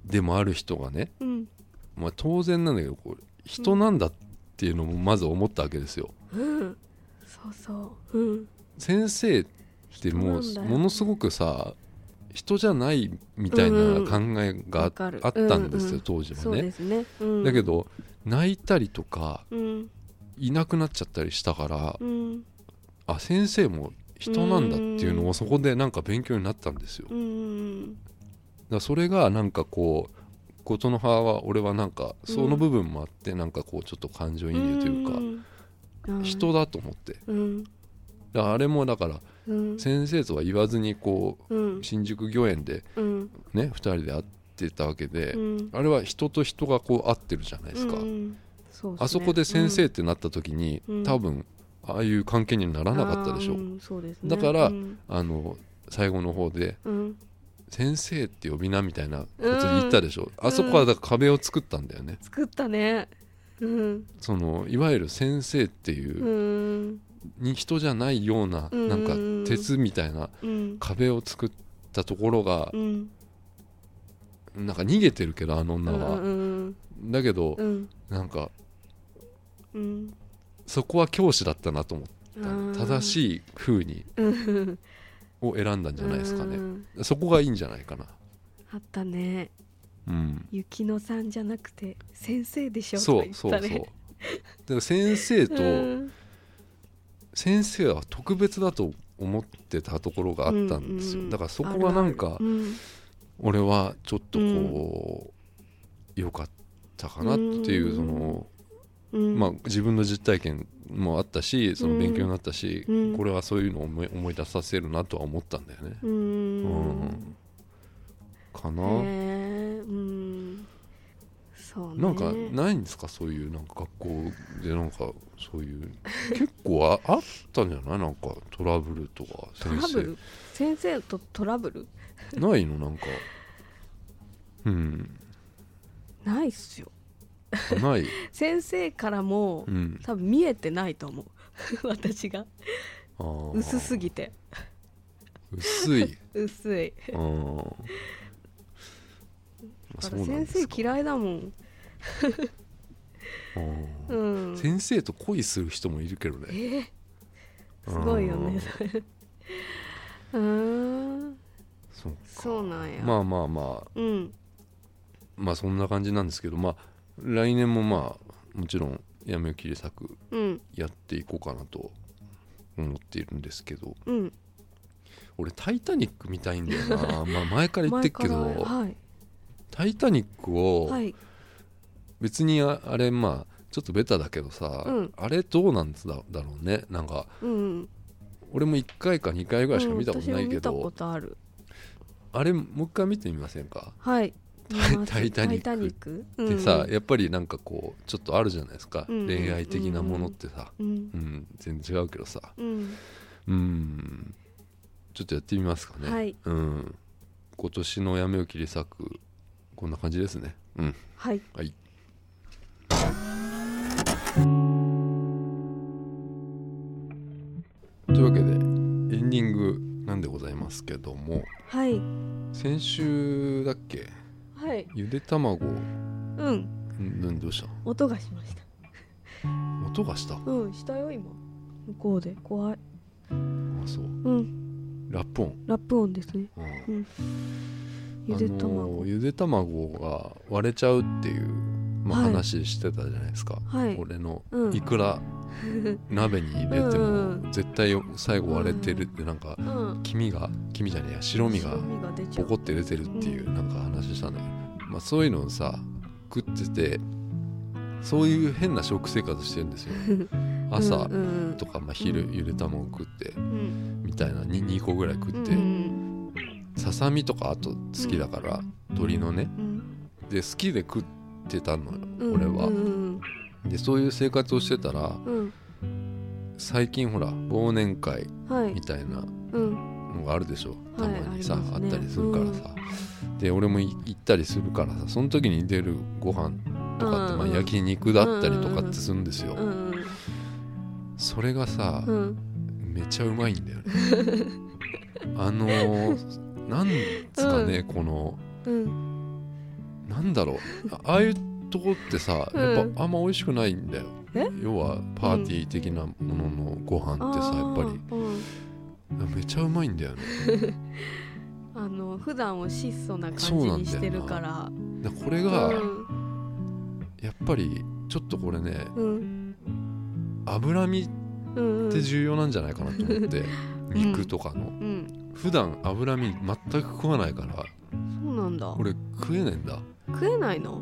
Speaker 1: でもある人がね、
Speaker 2: うん
Speaker 1: まあ、当然なんだけどこう人なんだっていうのもまず思ったわけですよ。
Speaker 2: うんそうそううん
Speaker 1: 先生っても
Speaker 2: 人なん
Speaker 1: う
Speaker 2: だよ
Speaker 1: ものすごくさ人じゃないみたいな考えが
Speaker 2: わかる
Speaker 1: あったんです
Speaker 2: うんう
Speaker 1: よ
Speaker 2: ん
Speaker 1: 当時
Speaker 2: そ
Speaker 1: は
Speaker 2: うで
Speaker 1: ね。
Speaker 2: すね、うん、
Speaker 1: だけど泣いたりとか
Speaker 2: うん
Speaker 1: いなくなっちゃったりしたから
Speaker 2: うん
Speaker 1: あ先生も人なんだっていうのをそこでなんか勉強になったんですよ。だ
Speaker 2: う
Speaker 1: か
Speaker 2: ん
Speaker 1: らそれがなんかこう琴の葉は俺はなんかその部分もあってなんかこうちょっと感情移入というか
Speaker 2: うん
Speaker 1: 人だと思って
Speaker 2: うん
Speaker 1: だからあれもだから
Speaker 2: うん
Speaker 1: 先生とは言わずにこ
Speaker 2: うん
Speaker 1: う新宿御苑で
Speaker 2: うん
Speaker 1: ね2人で会ってたわけで、
Speaker 2: うん
Speaker 1: あれは人と人がこう会ってるじゃないですか、
Speaker 2: うんそうすね
Speaker 1: あそこで先生ってなった時に、
Speaker 2: うん
Speaker 1: 多分ああいう関係にならなかったでしょ
Speaker 2: あ
Speaker 1: う
Speaker 2: ーうんそうですね
Speaker 1: だから
Speaker 2: うん
Speaker 1: あの最後の方で
Speaker 2: うん
Speaker 1: 「先生って呼びな」みたいなこと言ったでしょ、あそこはだから壁を作ったんだよね、
Speaker 2: 作ったねうん
Speaker 1: そのいわゆる先生って
Speaker 2: う
Speaker 1: いう、
Speaker 2: ん
Speaker 1: に人じゃないような、
Speaker 2: うん
Speaker 1: なんか鉄みたいな
Speaker 2: うん
Speaker 1: 壁を作ったところが
Speaker 2: う、ん
Speaker 1: なんか逃げてるけどあの女は、
Speaker 2: うん
Speaker 1: だけど、
Speaker 2: うん
Speaker 1: なんか
Speaker 2: うん
Speaker 1: そこは教師だったなと思って。
Speaker 2: うん
Speaker 1: 正しい風に
Speaker 2: うん
Speaker 1: を選んだんじゃないですか
Speaker 2: う
Speaker 1: ね
Speaker 2: ん
Speaker 1: そこがいいんじゃないかな
Speaker 2: あったね
Speaker 1: うん
Speaker 2: 雪乃さんじゃなくて先生でしょ
Speaker 1: そう
Speaker 2: と
Speaker 1: そう
Speaker 2: か
Speaker 1: そう
Speaker 2: 言った
Speaker 1: だか
Speaker 2: ね
Speaker 1: ら先生と
Speaker 2: うん
Speaker 1: 先生は特別だと思ってたところがあったんです
Speaker 2: うんうん
Speaker 1: よ
Speaker 2: うん
Speaker 1: だからそこがなんか
Speaker 2: うん
Speaker 1: 俺はちょっとこう良かったかなっていう
Speaker 2: うん
Speaker 1: その
Speaker 2: うん
Speaker 1: まあ自分の実体験もあったしその勉強になったし
Speaker 2: うん
Speaker 1: これはそういうのを思い思い出させるなとは思ったんだよね
Speaker 2: う
Speaker 1: うん
Speaker 2: ん
Speaker 1: か
Speaker 2: へ
Speaker 1: な
Speaker 2: えうんそうね
Speaker 1: なんかないんですかそういうなんか学校でなんかそういう結構ああったんじゃないなんかトラブルとか
Speaker 2: トラブル先生とトラブル
Speaker 1: ないのなんかうん
Speaker 2: ないっすよ
Speaker 1: ない
Speaker 2: 先生からも
Speaker 1: うん
Speaker 2: 多分見えてないと思う *laughs* 私が
Speaker 1: あー
Speaker 2: 薄すぎて
Speaker 1: 薄
Speaker 2: *laughs*
Speaker 1: い
Speaker 2: 薄い
Speaker 1: あーまあ
Speaker 2: だ
Speaker 1: そ
Speaker 2: か
Speaker 1: う
Speaker 2: ら
Speaker 1: なん
Speaker 2: 先
Speaker 1: ですか
Speaker 2: 生嫌いだもん
Speaker 1: あ
Speaker 2: う
Speaker 1: ー
Speaker 2: ん
Speaker 1: 先生と恋する人もいるけど
Speaker 2: え
Speaker 1: ね
Speaker 2: ーすごいよねそれ *laughs* うーん
Speaker 1: そうか
Speaker 2: そうなんや
Speaker 1: まあまあまあ
Speaker 2: うん
Speaker 1: まあそんな感じなんですけどまあ来年もまあもちろんやめを切り裂く
Speaker 2: うん
Speaker 1: やっていこうかなと思っているんですけど
Speaker 2: うん
Speaker 1: 俺「タイタニック」見たいんだ
Speaker 2: *laughs*
Speaker 1: よなまあ前から言ってっけ
Speaker 2: 前から
Speaker 1: ど
Speaker 2: はい
Speaker 1: 「タイタニック」
Speaker 2: は
Speaker 1: を
Speaker 2: い
Speaker 1: 別にああれまあちょっとベタだけどさ、
Speaker 2: うん
Speaker 1: あれどうなんだだろうねなんか
Speaker 2: うん
Speaker 1: 俺も1回か2回ぐらいしか見たことないけ
Speaker 2: うん私も見たこ
Speaker 1: ど、
Speaker 2: とある
Speaker 1: あれもう一回見てみませんか、
Speaker 2: はい
Speaker 1: タ
Speaker 2: 見ます
Speaker 1: *laughs* タイタニック
Speaker 2: タイクうん
Speaker 1: でさやっぱりなんかこうちょっとあるじゃないですか、
Speaker 2: うん
Speaker 1: 恋愛的なものってさ、
Speaker 2: うん
Speaker 1: うん、全然違うけどさ
Speaker 2: うん
Speaker 1: うんちょっとやってみますかね、
Speaker 2: はい
Speaker 1: うん、今年のやめを切り裂くこんな感じですねうん
Speaker 2: はい
Speaker 1: はいというわけでエンディングなんでございますけども
Speaker 2: はい
Speaker 1: 先週だっけ
Speaker 2: はい
Speaker 1: ゆで卵
Speaker 2: うん
Speaker 1: んんどうした
Speaker 2: 音がしました
Speaker 1: 音がしたあ
Speaker 2: うんしたよ今向こうで怖い
Speaker 1: そう
Speaker 2: うん
Speaker 1: ラップ音、
Speaker 2: ラップ音ですね
Speaker 1: うん
Speaker 2: ゆで
Speaker 1: あの
Speaker 2: 卵
Speaker 1: ーゆで卵が割れちゃうっていう、まあ、
Speaker 2: はい
Speaker 1: 話してたじゃないですか、
Speaker 2: はい
Speaker 1: 俺の
Speaker 2: うん
Speaker 1: いくら鍋に入れて
Speaker 2: うんう
Speaker 1: も絶対最後割れてるってなんか
Speaker 2: うん
Speaker 1: 黄身が黄身じゃねえや白身が
Speaker 2: 白身が出ちゃ
Speaker 1: ボ
Speaker 2: う
Speaker 1: コって出てるっていうなんか話したんだけど、まあ、そういうのをさ食っててそういう変な食生活してるん
Speaker 2: *laughs*
Speaker 1: ですよ朝
Speaker 2: うんうん
Speaker 1: とか、まあ、昼ゆで卵食って
Speaker 2: うん
Speaker 1: みたいな 2, 個ぐらい食って
Speaker 2: うん
Speaker 1: ささみとかあと好きだから鶏のね
Speaker 2: うん
Speaker 1: で好きで食ってたのよ
Speaker 2: うん
Speaker 1: 俺は
Speaker 2: うんうん
Speaker 1: でそういう生活をしてたら
Speaker 2: うん
Speaker 1: 最近ほら忘年会
Speaker 2: はい
Speaker 1: みたいな
Speaker 2: うん
Speaker 1: のがあるでしょた
Speaker 2: はい
Speaker 1: まにさ、あ
Speaker 2: ありますね
Speaker 1: ったりするからさ、で俺もい行ったりするからさその時に出るご飯とかって、
Speaker 2: うん
Speaker 1: まあ、
Speaker 2: うん
Speaker 1: 焼肉だったりとかってするんですよ、
Speaker 2: うん
Speaker 1: それがさ、
Speaker 2: うん
Speaker 1: めちゃうまいん
Speaker 2: *laughs*
Speaker 1: だよねあのーなんですかね、この
Speaker 2: うん
Speaker 1: なんだろうあああいうとこってさ
Speaker 2: うん
Speaker 1: やっぱあんま美味しくないんだよ、
Speaker 2: え
Speaker 1: 要はパーティー的なもののご飯ってさ、やっぱり
Speaker 2: あーうん
Speaker 1: めちゃうまいんだよね
Speaker 2: あの普段を質素な
Speaker 1: そう
Speaker 2: 感
Speaker 1: なん
Speaker 2: じ
Speaker 1: だよな
Speaker 2: にしてるから
Speaker 1: でこれが
Speaker 2: うん
Speaker 1: やっぱりちょっとこれね
Speaker 2: うん
Speaker 1: 脂身っ
Speaker 2: うんうん
Speaker 1: て重要なんじゃないかなと思って、肉とかの
Speaker 2: うん
Speaker 1: 普段脂身全く食わないから
Speaker 2: そうなんだ
Speaker 1: 俺食えねえんだ
Speaker 2: 食えないの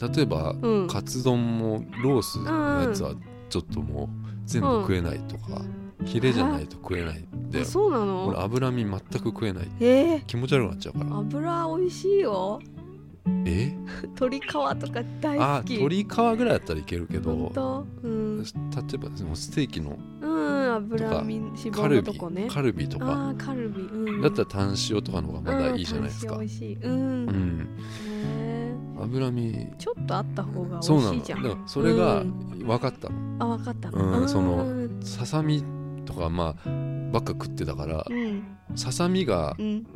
Speaker 1: 例えば、
Speaker 2: うん
Speaker 1: カツ丼もロースのやつはちょっともう全部食えないとか、ヒレじゃないと食えないんだ
Speaker 2: あ
Speaker 1: よ
Speaker 2: そうな
Speaker 1: 俺
Speaker 2: の
Speaker 1: 脂身全く食えない
Speaker 2: えー
Speaker 1: 気持ち悪くなっちゃうから
Speaker 2: 油美味しいよ
Speaker 1: え
Speaker 2: 鶏皮とか大
Speaker 1: あ
Speaker 2: 好き
Speaker 1: 鶏皮ぐらいだったらいけるけ
Speaker 2: 本
Speaker 1: ど
Speaker 2: 当うん
Speaker 1: 例えばそのステーキの
Speaker 2: うん油身脂
Speaker 1: カ
Speaker 2: 肪
Speaker 1: ル
Speaker 2: の
Speaker 1: ビ、
Speaker 2: とこね
Speaker 1: カルビとか
Speaker 2: あーカルビうん
Speaker 1: だったら炭塩とかの方がまだいいじゃないですか
Speaker 2: うん美味しいうん
Speaker 1: う
Speaker 2: へ
Speaker 1: ん
Speaker 2: ー
Speaker 1: 脂身
Speaker 2: ちょっとあった方が美
Speaker 1: そう
Speaker 2: 味
Speaker 1: な
Speaker 2: し
Speaker 1: の
Speaker 2: いじ
Speaker 1: だ
Speaker 2: ゃ
Speaker 1: か
Speaker 2: ん
Speaker 1: らそれが
Speaker 2: うん
Speaker 1: 分かったの
Speaker 2: あわかった
Speaker 1: うんその
Speaker 2: うん
Speaker 1: ささみとかまあばっか食ってたから
Speaker 2: うん
Speaker 1: ささみが
Speaker 2: うん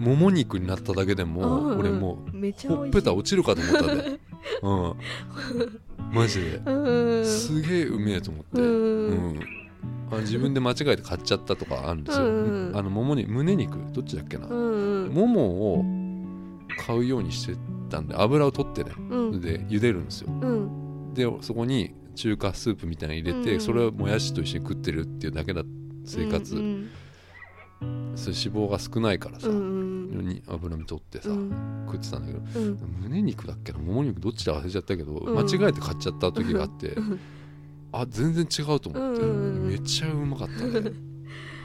Speaker 1: もも肉になっただけでも
Speaker 2: うん
Speaker 1: 俺も
Speaker 2: めち
Speaker 1: う
Speaker 2: ゃ美
Speaker 1: ほっ
Speaker 2: 味し
Speaker 1: ぺ
Speaker 2: い
Speaker 1: た落ちるかと思った
Speaker 2: *laughs*
Speaker 1: でうんマジで
Speaker 2: うん
Speaker 1: すげえうめえと思って
Speaker 2: うん
Speaker 1: うん、ああの自分で間違えて買っちゃったとかあるんですよ、
Speaker 2: うんうん
Speaker 1: あの桃に胸肉どっちだっけな、
Speaker 2: うんうん
Speaker 1: ももを買うようにしてたんで油を取ってね
Speaker 2: うん
Speaker 1: で茹でるんですよ
Speaker 2: うん
Speaker 1: でそこに中華スープみたいなの入れて、
Speaker 2: うん
Speaker 1: それをもやしと一緒に食ってるっていうだけだ生活、
Speaker 2: うん
Speaker 1: それ脂肪が少ないからさ、
Speaker 2: うん
Speaker 1: に油身取ってさ、
Speaker 2: うん
Speaker 1: 食ってたんだけど
Speaker 2: うん
Speaker 1: 胸肉だっけなもも肉どっちだか忘れちゃったけど、
Speaker 2: うん
Speaker 1: 間違えて買っちゃった時があって、
Speaker 2: ん
Speaker 1: あ全然違うと思って、
Speaker 2: うん
Speaker 1: めっちゃうまかった
Speaker 2: *laughs*
Speaker 1: ね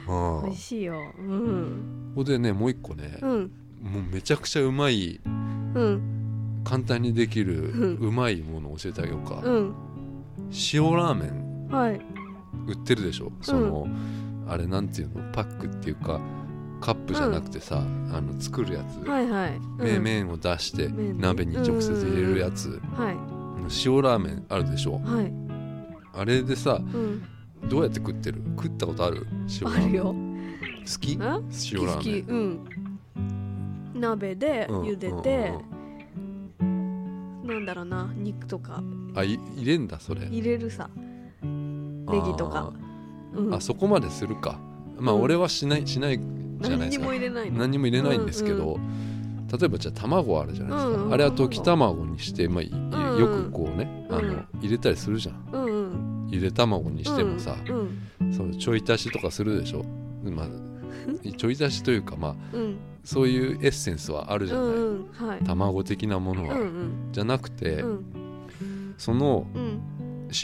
Speaker 1: ああ
Speaker 2: 美味しいようん
Speaker 1: ここでねもう一個ね、
Speaker 2: うん
Speaker 1: もうめちゃくちゃうまい
Speaker 2: うん
Speaker 1: 簡単にできる
Speaker 2: うん
Speaker 1: うまいものを教えてあげようか、
Speaker 2: うん
Speaker 1: 塩ラーメン
Speaker 2: はい
Speaker 1: 売ってるでしょその、あれなんていうのパックっていうかカップじゃなくてさ、あの作るやつ、
Speaker 2: はいはいうん
Speaker 1: め麺を出して
Speaker 2: 麺ね
Speaker 1: 鍋に直接入れるやつ
Speaker 2: はい
Speaker 1: 塩ラーメンあるでしょ
Speaker 2: はい
Speaker 1: あれでさ
Speaker 2: うん
Speaker 1: どうやって食ってる食ったことある塩ラ
Speaker 2: あ
Speaker 1: ーメ
Speaker 2: る
Speaker 1: ン
Speaker 2: よ
Speaker 1: 好き
Speaker 2: あ
Speaker 1: 塩ラ
Speaker 2: 好き
Speaker 1: ーメン
Speaker 2: うん鍋で
Speaker 1: うん
Speaker 2: 茹で
Speaker 1: う
Speaker 2: て
Speaker 1: ん
Speaker 2: なんだろうな肉とか
Speaker 1: あい入れんだそれ
Speaker 2: 入れるさネギとかうん
Speaker 1: あーあそこまでするかまあ
Speaker 2: うん
Speaker 1: 俺はしないしないじゃな
Speaker 2: 何
Speaker 1: いで
Speaker 2: に
Speaker 1: す
Speaker 2: も
Speaker 1: か
Speaker 2: 入れないの
Speaker 1: 何にも入れないんですけど例えばじゃあ卵あるじゃないです
Speaker 2: うんうん
Speaker 1: かあれは溶き卵にしてまあい
Speaker 2: んうん
Speaker 1: よくこうねあ
Speaker 2: う
Speaker 1: の
Speaker 2: ん
Speaker 1: 入れたりするじゃん
Speaker 2: うんうん
Speaker 1: ゆで卵にしてもさ
Speaker 2: うん
Speaker 1: そのちょい足しとかするでしょまあ
Speaker 2: *laughs*
Speaker 1: ちょい足しというかまあ
Speaker 2: うん
Speaker 1: そういうエッセンスはあるじ
Speaker 2: う
Speaker 1: ゃ
Speaker 2: ん
Speaker 1: ない
Speaker 2: うんはい
Speaker 1: 卵的なもの
Speaker 2: うんう
Speaker 1: は
Speaker 2: ん
Speaker 1: じゃなくて
Speaker 2: うん
Speaker 1: その
Speaker 2: うん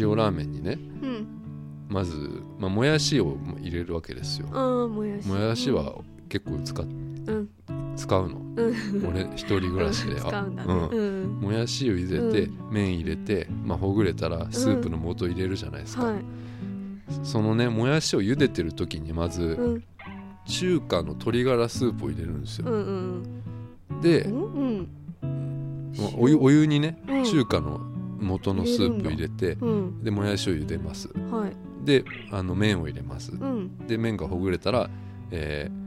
Speaker 1: 塩ラーメンにね
Speaker 2: うん
Speaker 1: まず、まあ、もやしを入れるわけですよ
Speaker 2: ああもやし
Speaker 1: もやしは結構使っ
Speaker 2: うん
Speaker 1: 使うの
Speaker 2: うん
Speaker 1: 俺一人暮らしで
Speaker 2: うん *laughs* 使うんだね
Speaker 1: あうん
Speaker 2: うん
Speaker 1: もやしを茹でて、
Speaker 2: う
Speaker 1: 麺入れて、まあ、ほぐれたらスープの素入れるじゃないですか、
Speaker 2: はい
Speaker 1: そのねもやしを茹でてる時にまず
Speaker 2: うん
Speaker 1: 中華の鶏ガラスープを入れるんです
Speaker 2: う
Speaker 1: よ、
Speaker 2: んうん
Speaker 1: で
Speaker 2: う、んうん
Speaker 1: まあお湯お湯にね
Speaker 2: うん
Speaker 1: 中華の素のスープを入れて
Speaker 2: うん
Speaker 1: でもやしを茹でます
Speaker 2: はい
Speaker 1: であの麺を入れます
Speaker 2: うん
Speaker 1: で麺がほぐれたら、えー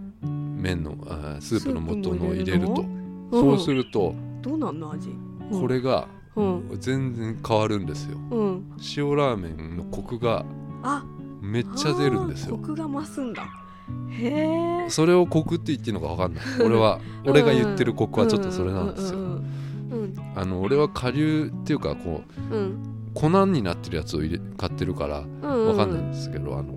Speaker 1: 麺のあースープの素のを入れる
Speaker 2: スー
Speaker 1: と
Speaker 2: プ
Speaker 1: そうす
Speaker 2: る
Speaker 1: ると
Speaker 2: どうなんの味うん
Speaker 1: これが
Speaker 2: うん
Speaker 1: 全然変わるんですよ
Speaker 2: うん
Speaker 1: 塩ラーメンのコクが
Speaker 2: あ
Speaker 1: めっちゃ出るんです
Speaker 2: あー
Speaker 1: よ
Speaker 2: コクが増すんだへえ
Speaker 1: それをコクって言っていいのか分かんない俺
Speaker 2: *laughs*
Speaker 1: は俺が言ってるコクはちょっとそれなんです
Speaker 2: う
Speaker 1: よ
Speaker 2: ん
Speaker 1: あの俺は顆粒っていうかこう
Speaker 2: うんうん
Speaker 1: 粉になってるやつを入れ買ってるから
Speaker 2: うんうん
Speaker 1: 分かんないんですけどあの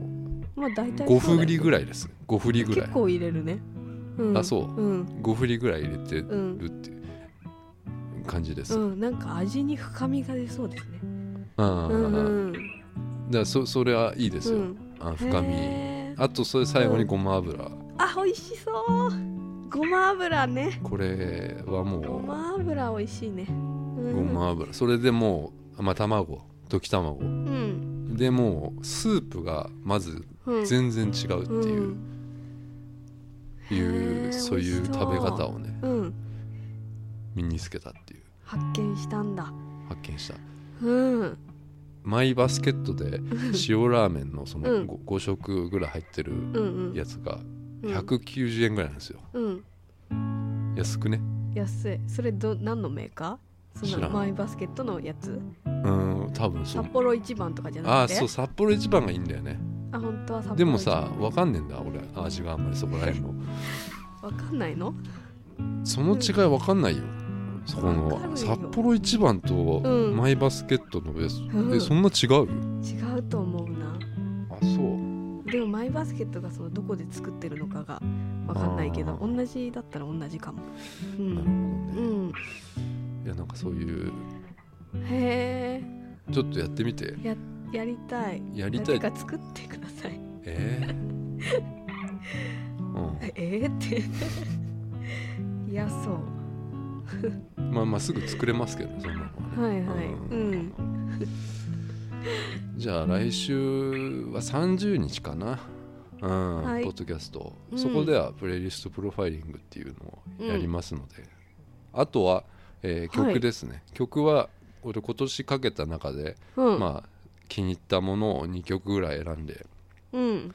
Speaker 2: まあ大体
Speaker 1: 5振りぐ
Speaker 2: らい
Speaker 1: らいです5振りぐらい
Speaker 2: 結構入れるねうん
Speaker 1: あそう
Speaker 2: うん
Speaker 1: 5振りぐらい入れて
Speaker 2: う
Speaker 1: る
Speaker 2: ん
Speaker 1: っていう感じです
Speaker 2: うんなんか味に深みが出そうですね
Speaker 1: あ
Speaker 2: う
Speaker 1: ー
Speaker 2: んう
Speaker 1: だか
Speaker 2: ん
Speaker 1: らそそれはいいです
Speaker 2: う
Speaker 1: よ
Speaker 2: ん
Speaker 1: あ深み
Speaker 2: へー
Speaker 1: あとそれ最後にごま油
Speaker 2: あ美味しそうごま油ね
Speaker 1: これはもう
Speaker 2: ごま油美味しいねうん
Speaker 1: ごま油それでもう、まあ、卵溶き卵
Speaker 2: うん
Speaker 1: でもうスープがまず
Speaker 2: うん
Speaker 1: 全然違うっていう、
Speaker 2: うん
Speaker 1: いう
Speaker 2: へー
Speaker 1: そういう
Speaker 2: 美味しそう
Speaker 1: 食べ方をね
Speaker 2: うん
Speaker 1: 身につけたっていう
Speaker 2: 発見したんだ
Speaker 1: 発見した
Speaker 2: うん
Speaker 1: マイバスケットで塩ラーメンのその
Speaker 2: うん
Speaker 1: 5, 食ぐらい入ってる
Speaker 2: うんうん
Speaker 1: やつが
Speaker 2: うん
Speaker 1: 190円ぐらいなんですよ
Speaker 2: うん
Speaker 1: 安くね
Speaker 2: 安いそれど何のメーカーそ
Speaker 1: 知ら
Speaker 2: の
Speaker 1: ん
Speaker 2: マイバスケットのやつ
Speaker 1: うん多分そう
Speaker 2: 札幌一番とかじゃ
Speaker 1: あ
Speaker 2: な
Speaker 1: あ
Speaker 2: くて
Speaker 1: そう札幌一番がいいんだよね
Speaker 2: あ本当は札幌
Speaker 1: でもさ分かんねえんだ俺味があんまりそこら辺の
Speaker 2: わかんないの
Speaker 1: その違い分かんないよ。そこ
Speaker 2: わかる
Speaker 1: の
Speaker 2: よ
Speaker 1: 札幌一番と
Speaker 2: うん
Speaker 1: マイバスケットのベース、
Speaker 2: うん
Speaker 1: えそんな違う
Speaker 2: 違うと思うな
Speaker 1: あそう
Speaker 2: でもマイバスケットがそのどこで作ってるのかがわかんないけど
Speaker 1: あ
Speaker 2: 同じだったら同じかもう
Speaker 1: なるほど
Speaker 2: んう
Speaker 1: ね、
Speaker 2: ん
Speaker 1: いやなんかそういう
Speaker 2: へ
Speaker 1: ちょっとやってみて
Speaker 2: えやりたい
Speaker 1: やりたい
Speaker 2: てか作ってください *laughs*
Speaker 1: えー
Speaker 2: ええって *laughs* いやそう
Speaker 1: うん、まあまあすぐ作れますけどねそんなのはね
Speaker 2: はいはいうん
Speaker 1: *laughs* じゃあ来週は30日かなうん、
Speaker 2: はい
Speaker 1: ポッドキャスト、
Speaker 2: うん
Speaker 1: そこではプレイリストプロファイリングっていうのをやりますので、あとは、えー
Speaker 2: はい
Speaker 1: 曲ですね、曲は俺今年かけた中で、
Speaker 2: うん、
Speaker 1: まあ気に入ったものを2曲ぐらい選んで
Speaker 2: うん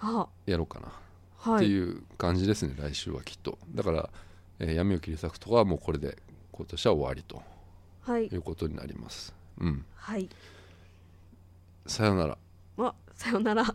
Speaker 2: あ
Speaker 1: やろうかな、
Speaker 2: はい
Speaker 1: っていう感じですね来週はきっとだから、えー闇を切り裂くとかはもうこれで今年は終わりと
Speaker 2: はい
Speaker 1: いうことになりますうん
Speaker 2: はい
Speaker 1: さよなら
Speaker 2: あさようなら